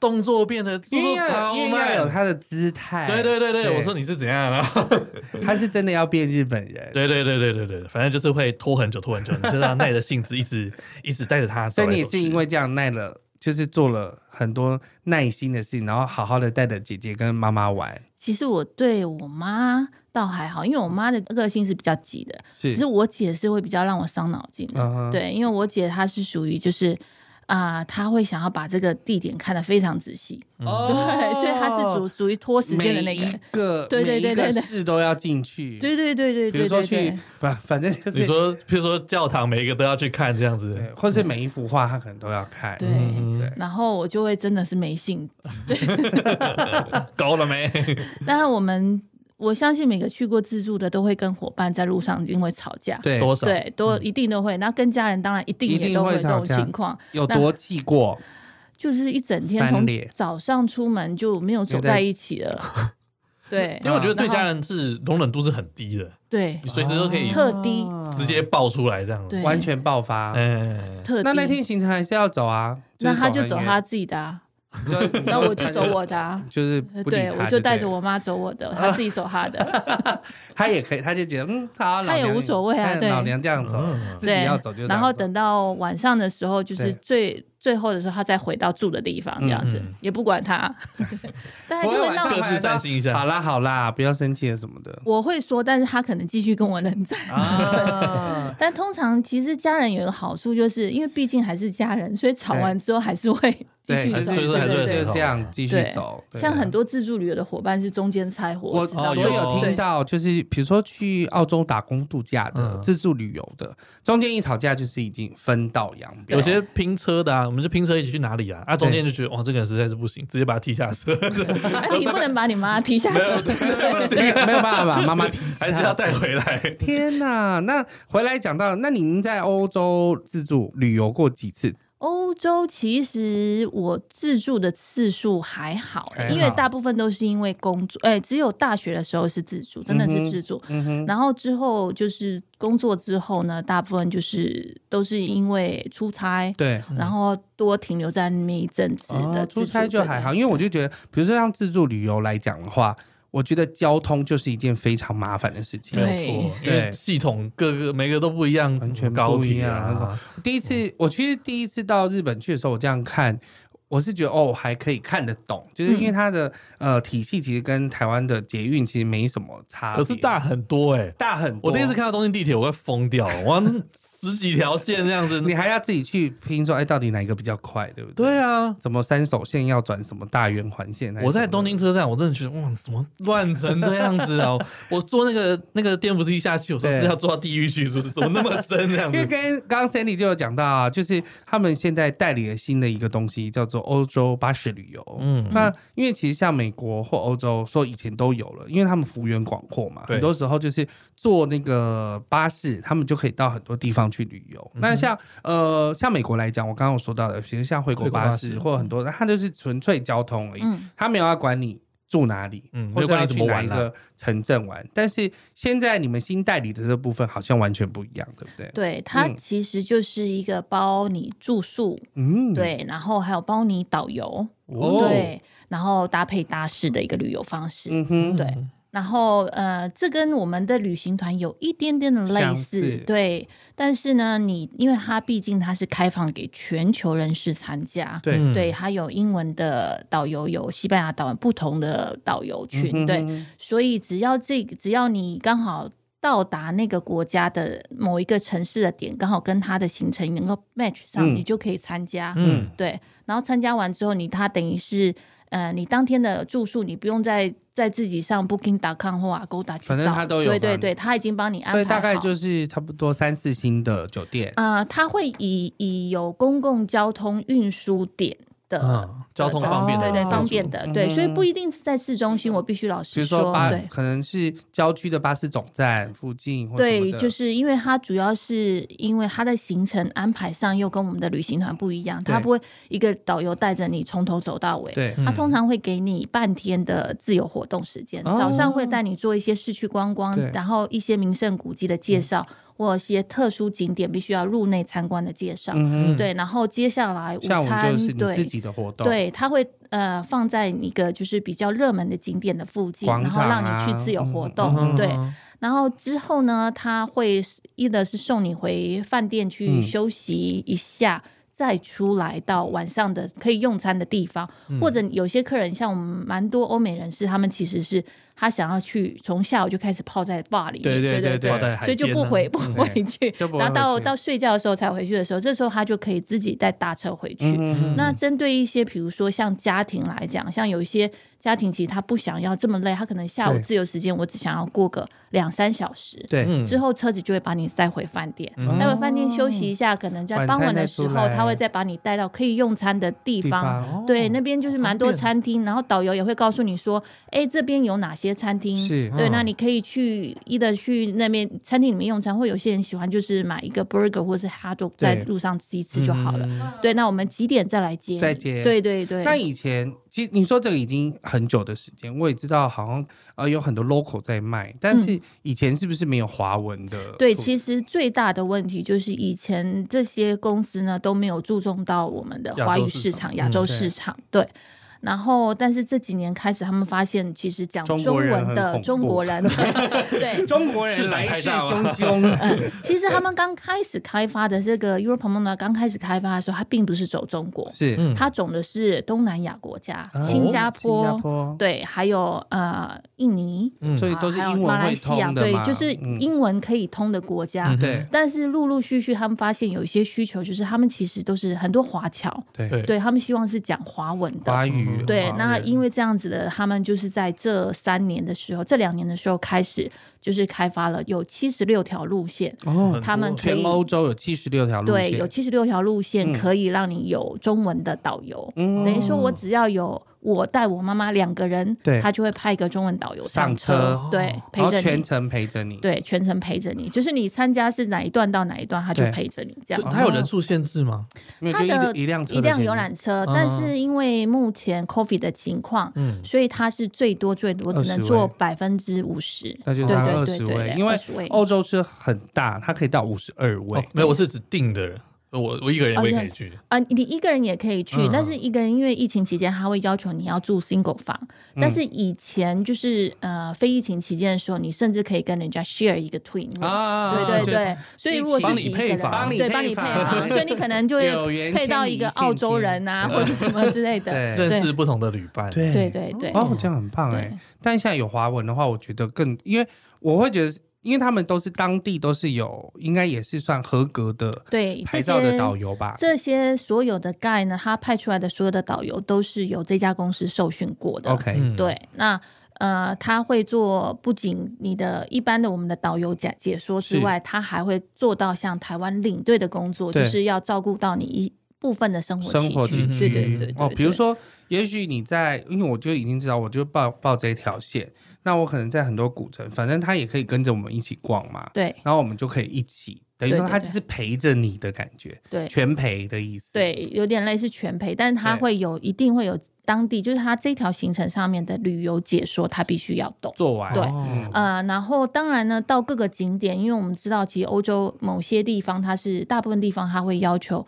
动作变得速
因为
度
要
超
因为要有
慢。
他的姿态。
对对对对，我说你是怎样啊？
他是真的要变日本人，
对对对对对对，反正就是会拖很久，拖很久，你就要耐着性子一
(laughs)
直一直带着他走
所
来
以
走去。
你也是因为这样耐了，就是做了很多耐心的事情，然后好好的带着姐姐跟妈妈玩。
其实我对我妈倒还好，因为我妈的个性是比较急的，
是
只是我姐是会比较让我伤脑筋的。
嗯哼
对，因为我姐她是属于就是啊、她会想要把这个地点看得非常仔细，嗯对，所以她是属属于拖时间的那
哦每
个人
一。个
对对对对
每一个
对
事都要进去。
对对对对
比如
对
说
对
去
对，，
反反正就是
你说，譬如说教堂每一个都要去看这样子，
对，或是每一幅画他可能都要看。
对
嗯
对
然后我就会真的是没兴致。
够了没？
当然，我们我相信每个去过自助的都会跟伙伴在路上因为吵架，
对，嗯
多少？
对，都一定都会。那跟家人当然一定
一
也
定
都
会
会这
吵
种
架
情况，
有多气过？
就是一整天
翻
从
脸
早上出门就没有走
就在
在一起了。
(laughs)
对
因为我觉得对家人是容忍度是很低的，
对
你，随时都可以
哦特低
直接爆出来这样子。
对
啊完全爆发。
嗯，
特
那那
地
天行程还是要走啊，
那他就
走
走
很
他
远，
自己的、
(laughs)
啊，
你说你
(laughs) 那我
说
就
他
走我的、啊。
就是
(laughs)
不理
对，
他
我就带
对
着
了
我妈走我
(laughs)
的，她自己走她的。
他也可以，他就觉得嗯，好，老
他也
娘
无所谓啊
哎
对
老娘这样走，
嗯
(laughs) 自己
对
要走就，这样
然后
走
等到晚上的时候，就是
对
最最后的时候，她再回到住的地方，这样子
嗯嗯
也不
(laughs)
管她。但她就
不会
会
晚
让
上
各
我
自散心一
好
下。
啦好啦，不要生气了什么
(laughs)
的
我会说，但是她可能继续跟我冷战。 (laughs)
啊。
但通常其实家人有一个好处，就是因为毕竟还是家人，所以吵完之后还是会继
对，
续
就是
最
走。啊
就
后还是
是
会
就是
走
这样继续
对
走。对啊
像很多自助旅游的伙伴是中间拆伙，
我
知道
所
哦
吗
有
有听到，就是比如说去澳洲打工度假的、
嗯
自助旅游的，中间一吵架就是已经分道扬镳。
有些拼车的啊，我们就拼车一起去哪里啊？啊，中间就觉得哇，这个人实在是不行，直接把他踢下
(laughs)
车，
(laughs) 哎，你不能把你妈踢下车，对
没有 (laughs) 没有办法把妈妈提一
还是要
下。
再回来。
天哪！ (laughs) 那回来讲到，那您在欧洲自助旅游过几次？
欧洲其实我自助的次数还好
还，好
因为大部分都是因为工作，哎，只有大学的时候是自助，真的
嗯哼
是自助。
嗯哼，
然后之后就是工作之后呢，大部分就是都是因为出差，
对，
然后多停留在那一阵子的、
嗯哦、出差就还好，因为我
就
就觉得，比如说像自助旅游来讲的话，我觉得交通就是一件非常麻烦的事情。
没
对
有错，因
对
为系统各个每个都不一样，
完全
高
不一
铁
样
啊，
第一次，我其实第一次到日本去的时候，我这样看，我是觉得哦，我还可以看得懂，
嗯
就是因为它的、呃体系其实跟台湾的捷运其实没什么差别，
可是大很多哎、
大很多。
我第一次，看到东京地铁，我快疯掉了，哇，那十几条线这样 (laughs) 子。
你还要自己去拼说，哎，到底哪一个比较快，对不对？
对。啊，
什么三手线要转什么大圆环线？
我在东京
车。
车站，我真的觉得哇，怎么乱成这样子啊！我坐那个 (laughs) 那个电扶梯下去，我说
对
是要坐到地狱去，是不是？怎么那么深这样
因为
子？
跟刚刚 Sandy 就有讲到啊，就是他们现在代理了新的一个东西，叫做欧洲巴士旅游。
(laughs) 嗯
那因为其实像美国或欧洲，说以前都有了，因为他们幅员广阔嘛，
对
很多时候就是坐那个巴士，他们就可以到很多地方去旅游。
嗯
那像呃，像美国来讲，我刚刚有说到的，比如像回国巴
回
士
国巴士
或很多，它就是纯粹交通而已，
嗯，
他没有要管你住哪里，
嗯
或者要去哪一
没有管你怎么玩
个城镇玩。但是现在你们新代理的这部分好像完全不一样，对不对？
对，它
嗯
其实就是一个包你住宿，
嗯，
对，然后还有包你导游，
哦
对，然后搭配巴士的一个旅游方式。
嗯哼，
对然后呃，这跟我们的旅行团有一点点的类
相
似
似，
对。但是呢，你因为它毕竟它是开放给全球人士参加，
对
嗯
对，它有英文的导游，有西班牙导游，不同的导游
嗯
群，
哼
对。，所以只要这个只要你刚好到达那个国家的某一个城市的点，刚好跟它的行程能够 match 上，
嗯
你就可以参加。
嗯，
对，然后参加完之后，你它等于是，呃，你当天的住宿你不用再在自己上 Booking.com 或 Agoda 去找，
反正它都有
对
帮
对
你
对，它已经帮你安排好。呃
所以大概就是差不多三四星的酒店，
啊、它会以以有公共交通运输点的。
嗯，交通方便的
对
那
对
种，
方便的，
嗯
对，所以不一定是在市中心。我必须老
比
实
如说巴
对，
可能是郊区的巴士总站附近或什么
对，
的，
就是因为它主要是因为它的行程安排上又跟我们的旅行团不一样，
对
它不会一个导游带着你从头走到尾。
对，
嗯
它通常会给你半天的自由活动时间，
哦
早上会带你做一些市区观光
对，嗯
然后一些名胜古迹的介绍，或者一些特殊景点必须要入内参观的介绍。
嗯哼，
对，然后接下来午
下午
餐
就是你自
对。
己的活动，，
对，它会呃放在一个就是比较热门的景点的附近，
广
然后
场
让你
啊
去自由活
嗯
动。
嗯
对，然后之后呢，他会一的是送你回饭店去
嗯
休息一下，再出来到晚上的可以用餐的地方，或
嗯
者有些客人像我们蛮多欧美人士，他们其实是他想要去从下午就开始泡在 bar 里面，
对对
对
对对
泡在海
所以就不
边啊
回不回去
嗯就，不会
然后到
回去
到睡觉的时候才回去的时候，这时候他就可以自己再搭车回去。
嗯哼
那针对一些，比如说像家庭来讲，像有一些家庭其实他不想要这么累，他可能下午
对
自由时间，我只想要过个两三小时，
对，
嗯
之后车子就会把你带回饭店。
嗯
带回饭店休息一下，可能在
晚
傍
餐
晚
再
的时
出
候，
来
他会再把你带到可以用餐的地
地
方。
嗯
方
对，那边就是
好
蛮
方
多
便
餐厅，然后导游也会告诉你说，哎，这边有哪些餐厅，
是
对，
嗯
那你可以去一的去那边餐厅里面用餐，或有些人喜欢就是买一个 burger 或是 hot dog 在
对
路上自己吃就好了。
嗯
对，那我们几点再来接？
再接
对对对。
那以前其实你说这个已经很久的时间，我也知道好像呃有很多 local 在卖，但是以前是不是没有华文的？
嗯对，
出
其实最大的问题就是以前这些公司呢都没有注重到我们的
亚
华
洲
语
市
市
场
场、亚
嗯
洲
对
市场。对，然后但是这几年开始，他们发现其实讲
中国
中
人
文
很
的
恐
中
怖
国人， (laughs) 对，
(laughs)
嗯
中国人
市场
来
太
势
大
汹
了
汹，
其实他们刚开始开发的这个 Europe m o n a 刚开始开发的时候，它并不是走中国，
(laughs) 是
嗯
它走的是东南亚国家，
啊
新
哦
加坡，
新加坡，
对，还有呃印尼，
嗯
所以都是
啊还有
英
马
文
来
会
西亚，
通的
对
嘛，，
就是
嗯
英文可以通的国家。
嗯
对
但是陆陆续续，他们发现有一些需求，就是他们其实都是很多华侨，
对
对
对他们希望是讲华文的。
华语
嗯
对，那因
为
为这样子的，他们就是在这三年的时候，这两年的时候开始，就是开发了有七十六条路线，
哦
很，
他们
多
可
全
以
欧洲有七十六条路
对有
线，
七十六条路线
嗯
可以让你有中文的导游，
嗯
等于说我只要有我带我妈妈两个人，
对
他就会派一个中文导游
上
车
车，哦
对，陪
然后
着
全
你，
程陪着你，
对，全程陪着你，就是你参加是哪一段到哪一段，他就
对
陪着你这
这
样。
它有人数限制吗？
没有
它
就
的
一一辆车
一
的
辆
声音
游览车，
嗯
但是因为目前 COVID 的情况，
嗯，
所以它是最多最多只能
20
做
位
百分之五十，
那就
对
是大概
对对对
20位
对，
因为哦
20位
欧洲车很大，它可以到五十二位
哦，没有，我是指定的人，我我一个人我也可以去，
啊，你一个人也可以去，
嗯
但是一个人因为疫情期间，他会要求你要住 single 房。
嗯
但是以前就是呃非疫情期间的时候，你甚至可以跟人家 share 一个 twin 屋。
啊
对对对，所以如果
一起
自己一个人
帮你
配
对
房
帮你配
帮
房，
你配房
所以你可能
(laughs)
就会
有缘
配到
千里
一个
一线
澳洲人啊，
牵
或者什么之类的。
对
认识不同的旅伴，
(laughs)
对
对对对，
哦，这样很棒哎
对！
但现在有华文的话，我觉得更，因为我会觉得，因为他们都是当地都是有，应该也是算合格的
对
牌
这
照的
些
导游吧？
这些所有的 guide 呢，他派出来的所有的导游都是由这家公司受训过的。
OK，
嗯，
对，那呃，他会做不仅你的一般的我们的导游解解说之
是
外，他还会做到像台湾领队的工作，就
对
是要照顾到你一部分的生活
生活
起
起
起
居。
居
对对对对
哦，
对
比如说，也许你在，因为我就已经知道，我就报报这一条线，那我可能在很多古城，反正他也可以跟着我们一起逛嘛，
对
然后我们就可以一起，等于
对
说
对
他
对
就是陪着你的感觉，
对
全陪的意思。
对，有点类似全陪，但是他
对
会有一定会有当地，就是他这条行程上面的旅游解说，他必须要懂。
做完
对
嗯
呃，然后当然呢，到各个景点，因为我们知道，其实欧洲某些地方，它是大部分地方它会要求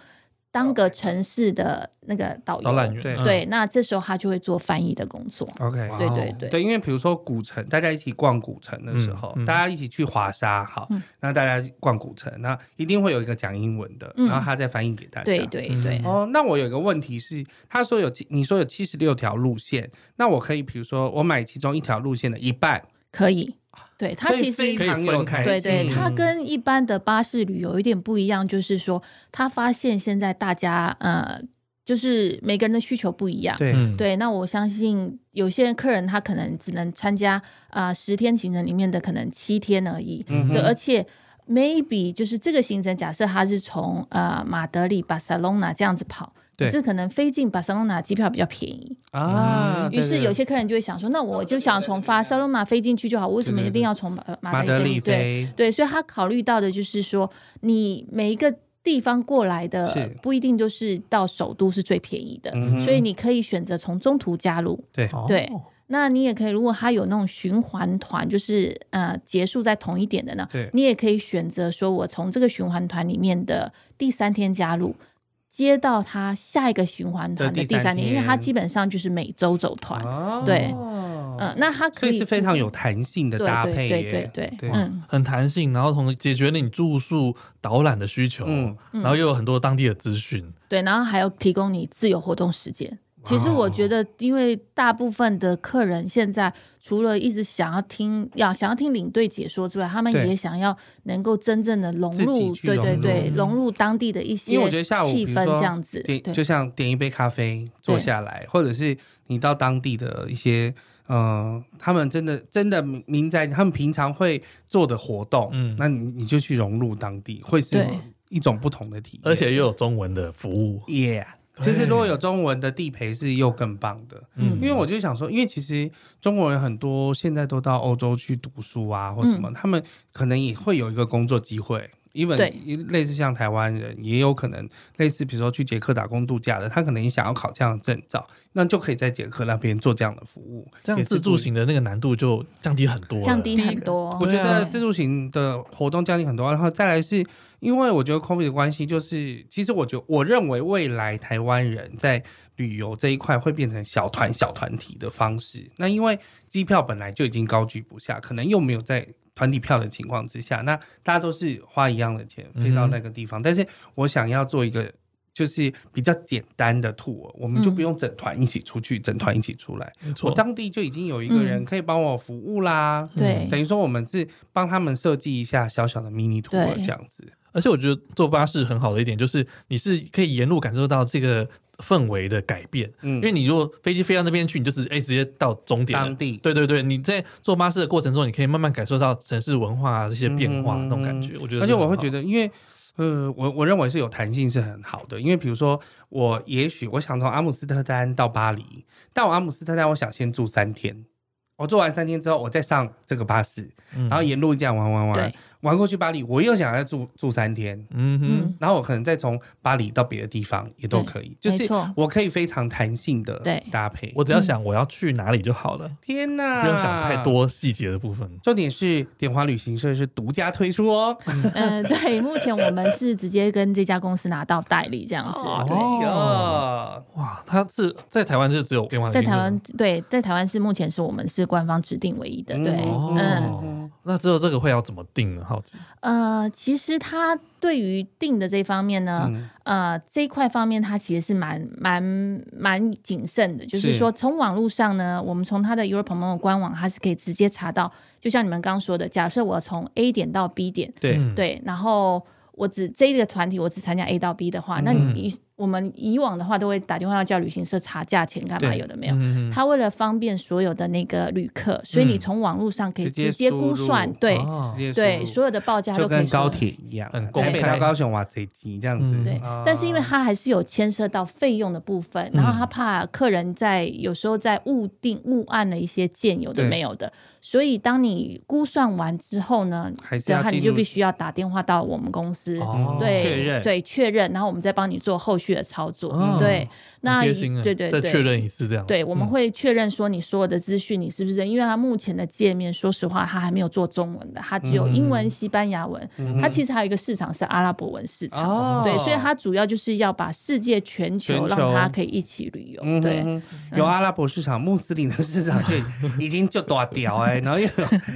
当个城市的那个导游
导览员
对
嗯
对，那这时候他就会做翻译的工作。
OK，
哇
对
哦
对对
对，因为比如说古城，大家一起逛古城的时候，
嗯嗯
大家一起去华沙，好，
嗯
那大家逛古城，那一定会有一个讲英文的，
嗯
然后他再翻译给大家。
对对对
嗯，
哦，那我有一个问题是，他说有七，你说有七十六条路线，那我可以比如说我买其中一条路线的一半，
可以。对它
所以
其
非
实。
常
可以
有
分开
弹
对对，
性
它跟一般的巴士旅游有一点不一样，就是说，他发现现在大家呃，就是每个人的需求不一样，
对
嗯，
对，那我相信有些人客人他可能只能参加啊十、天行程里面的可能七天而已，
嗯哼
对，而且 maybe 就是这个行程，假设他是从呃马德里、巴塞隆纳这样子跑，
对
可是可能飞进巴塞罗那机票比较便宜，
啊，
于是有
些
些客人就会想说，那我就想
啊
从巴塞罗那飞进去就好，为什么
对对
一定要从马
马
马
德
德
里
里对
飞，
对，所以他考虑到的就是说，你每一个地方过来
是
的不一定都是到首都是最便宜的，
嗯哼
所以你可以选择从中途加入。
对
对
哦
那你也可以，如果他有那种循环团，就是呃结束在同一点的呢，
对
你也可以选择说，我从这个循环团里面的第三天加入，接到他下一个循环团的
的第
第
三
三
天
天，因为他基本上就是每周走团，
哦
对嗯
嗯，
那他可
所以是非常有
对
弹性的搭配
对对
耶，
对对，
对
嗯
很弹性，然后同时解决了你住宿导览的需求，
嗯
嗯
然后又有很多当地的资讯。
对，然后还有提供你自由活动时间。其实
哦
我觉得，因为大部分的客人现在除了一直想要听要想要听领队解说之外，他们
对
也想要能够真正的融
自己
入，
去
对
融
对
入嗯
对，融入当地的一些
因为我觉得下午
气
比如
氛
说
这样子，对
点就像点一杯咖啡坐
对
下来，或者是你到当地的一些呃，他们真的真的民民宅，他们平常会做的活动，
嗯
那你你就去融入当地，会是
对
一种不同的体验，
而且又有中文的服务，
，yeah。
对
就是如果有中文的地陪是又更棒的，
嗯
因为我就想说，因为其实中国人很多现在都到欧洲去读书啊，或什么，他们可能也会有一个工作机会。
嗯
even
对
类似像台湾人，也有可能类似，比如说去捷克打工度假的，他可能也想要考这样的证照，那就可以在捷克那边做这样的服务。
这样
也是
自助型的那个难度就降低很多了，
降低
第一
很多。
我觉得
哦对啊
自助型的活动降低很多，然后再来是因为我觉得 COVID 的关系，就是其实我觉得我认为未来台湾人在旅游这一块会变成小团小团体的方式。那因为机票本来就已经高居不下，可能又没有在团体票的情况之下，那大家都是花一样的钱飞到那个地方，但是我想要做一个。就是比较简单的 tour，我们就不用整团一起出去，整团一起出来。
没错，
我当地就已经有一个人
嗯
可以帮我服务啦，
对
嗯等于说我们是帮他们设计一下小小的 mini tour
对
这样子。
而且我觉得坐巴士很好的一点就是，你是可以沿路感受到这个氛围的改变。
嗯，
因为你如果飞机飞到那边去，你就直哎、直接到终点
当
了。
地
对对对，你在坐巴士的过程中，你可以慢慢感受到城市文化啊这些变化
嗯
那种感觉。我觉得，
而且我会觉
得，
得，因为呃，我我认为是有弹性是很好的，因为比如说我也许我想从阿姆斯特丹到巴黎，但我阿姆斯特丹我想先住三天，我住完三天之后，我再上这个巴士，
嗯
然后沿路这样玩玩玩
对，
玩过去巴黎，我又想要住住三天，
嗯哼，
嗯，
然后我可能再从巴黎到别的地方也都
对
可以，就是
没
(laughs)
错
我可以非常弹性的
对
搭配。
我只要想我要去哪里就好了，
天呐，
不用想太。多细节的部分。
重点是点华旅行社是独家推出哦，
嗯，对，目前我们是直接跟这家公司拿到代理这样子，对。
哦
哦，
哇，它是在台湾是只有电话，
在台湾，对，在台湾是目前是我们是官方指定唯一的，对，
哦
嗯，
那只有这个会要怎么定呢？好奇，
呃，其实他对于定的这方面呢，
嗯
呃，这一块方面他其实是蛮蛮蛮谨慎的，就是
是
说从网络上呢，我们从他的 Europe m o 官网，它是可以直接查到，就像你们刚刚说的，假设我从 A 点到 B 点，
对，
嗯，
对，然后我只这一个团体我只参加 A 到 B 的话，那
嗯
你以我们以往的话都会打电话要叫旅行社查价钱干嘛，
对
有的没有。
嗯，
他为了方便所有的那个旅客，所以
嗯
你从网络上可以
直接
直接
输
估
入
算，对
哦
直接
对，
输入
所有的报价
就
都可以
跟
说
高铁一样
很，公
台北
开
到高雄哇，这集这样子
嗯。
对
啊，嗯
但是因为它还是有牵涉到费用的部分，然后他怕客人在有时候在误定误按了一些件，有的
对
没有的，所以当你估算完之后呢，
还是
对
要
啊，
进
你
入嗯
就必须要打电话到我们公司，
哦
对
确认
对确认，然后我们再帮你做后续的操
嗯
作。
哦
对，那
很贴心啊，
对对
再
对，
确认一次这样，
对，我们
嗯
会确认说你所有的资讯你是不是，因为它目前的界面，说实话，它还没有做中文的，它只有英文、
嗯
西班牙文，
嗯
它其实还有一个市场是阿拉伯文市场。
哦，
对，所以它主要就是要把世界全
全
球
球
让它可以一起旅游。
嗯
对，
哼哼有阿拉伯市场、穆斯林的市场就已经就多屌哎，然后又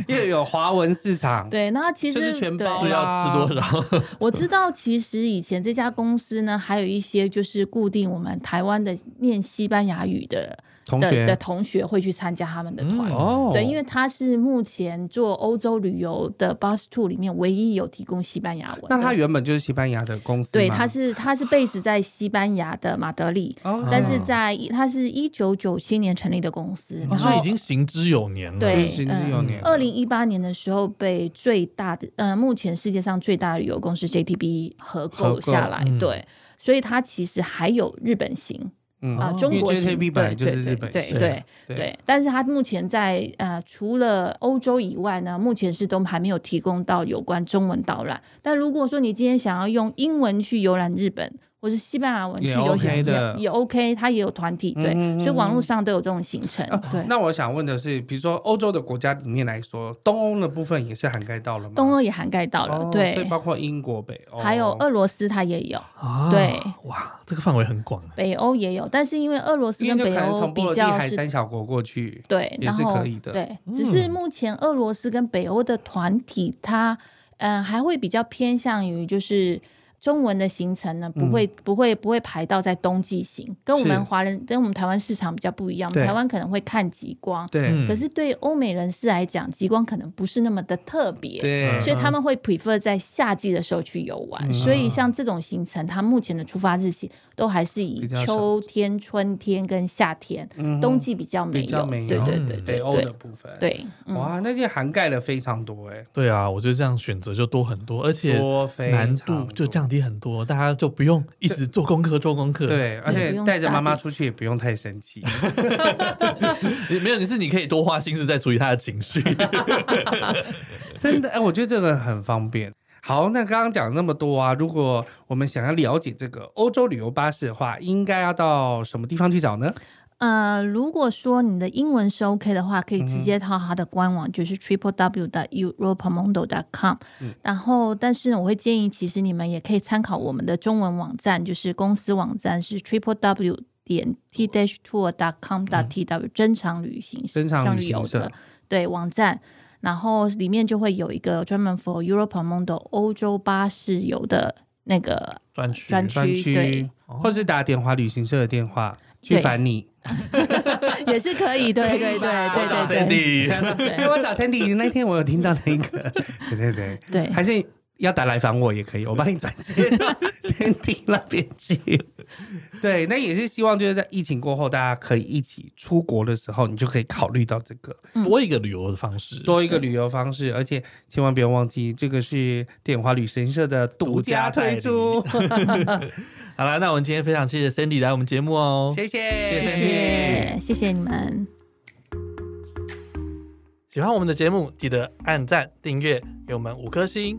(laughs)
有又有华文市场，
对，那其
就是
实
全
对
包
是要吃多
(laughs)
少？
我知道，其实以前这家公司呢，还有一些就是固定我们台湾的念西班牙语的
同
的的
学
同学会去参加他们的
嗯
团。
哦，
对，因为它是目前做欧洲旅游的 Bus Two 里面唯一有提供西班牙文的。
那他原本就是西班牙的公司吗，
对，它是它是 base 在西班牙的马德里，
哦，
但是在它是一九九七年成立的公司，
哦
然
所以
后
已经行之有年了，
对嗯
就是是有年
二零一八年的时候被最大的呃目前世界上最大的旅游公司 JTB 合购
合购
下来。
嗯
对，所以它其实还有日本行
嗯
啊、
哦
中
因
国
为
行，
JTB
对
本来就是
对
日
对
本
对
行
对
对
对，但是它目前在呃除了欧洲以外呢，目前是都还没有提供到有关中文导览。但如果说你今天想要用英文去游览日本，或是西班牙文去
也
游
OK
览，
的
也 OK，它也有团体对，
嗯嗯嗯
所以网络上都有这种行程。
啊
对，
那我想问的是，比如说欧洲的国家里面来说，东欧的部分也是涵盖到了吗？
东欧也涵盖到了，
哦所以
对，
包括英国、哦北欧，
还有俄罗斯它也有。
啊
对，
哇，这个范围很广啊
北欧也有，但是因为俄罗斯
因为
跟
就可
北
能
欧
从波
比
罗的
较
海
是
三小国过去，
对，
也
然
是
后
可以的
对，只是
嗯
目前俄罗斯跟北欧的团体，它嗯、呃还会比较偏向于就是中文的行程呢，不会、不会不会排到在冬季行，跟我
嗯是
们华人跟我们台湾市场比较不一样，我们
对
台湾可能会看极光，
对、
嗯
可是对欧美人士来讲，极光可能不是那么的特别，
对，
所以他们会 prefer 在夏季的时候去游玩，
嗯
所以像这种行程，它目前的出发日期都还是
比
以
较少
秋天、春天跟夏天，
嗯
冬季比较没
比较
有。
没有
对对对
北
对
欧的
对
部分，，
对，嗯，
哇，那就涵盖了非常多哎、
对啊，我觉得这样选择就多很多，而且
多非
难
常
度就
多
降低很多，大家就不用一直做功课做功课。，
对，而且带着妈妈出去也不用太生气。
没有，你是你可以多花心思在处理他的情
(laughs)
绪。
真的，哎、我觉得这个很方便。好，那刚刚讲那么多啊，如果我们想要了解这个欧洲旅游巴士的话，应该要到什么地方去找呢？
呃，如果说你的英文是 OK 的话，可以直接到它的官网，就是 triple w u europamondo com
嗯。
然后，但是呢我会建议，其实你们也可以参考我们的中文网站，就是公司网站是 triple w 点 t dash tour dot com dot t w 真常旅行
真常旅
游
行社
的对网站。然后里面就会有一个专门 for Europamondo 欧洲巴士游的那个
专区
专区
专
对
区，或是打电话旅行社的电话去
(laughs) 对
烦你。
(laughs) 也是可以，对对对
我找
对对对
Cindy，
(laughs) 哎、我找 Sandy 那天我有听到了一个，对对对，
对。
还是要打来烦我也可以，我帮你转接 (laughs) 到 Sandy 那边去。对，那也是希望就是在疫情过后，大家可以一起出国的时候，你就可以考虑到这个。
多一个旅游的方式，
多一个旅游方式，而且千万不要忘记，这个是电华旅行社的独家推出。
好了，那我们今天非常谢谢 Cindy 来我们节目哦，
(laughs) 谢谢，
谢谢，谢谢你们，
喜欢我们的节目，记得按赞、订阅，给我们五颗星，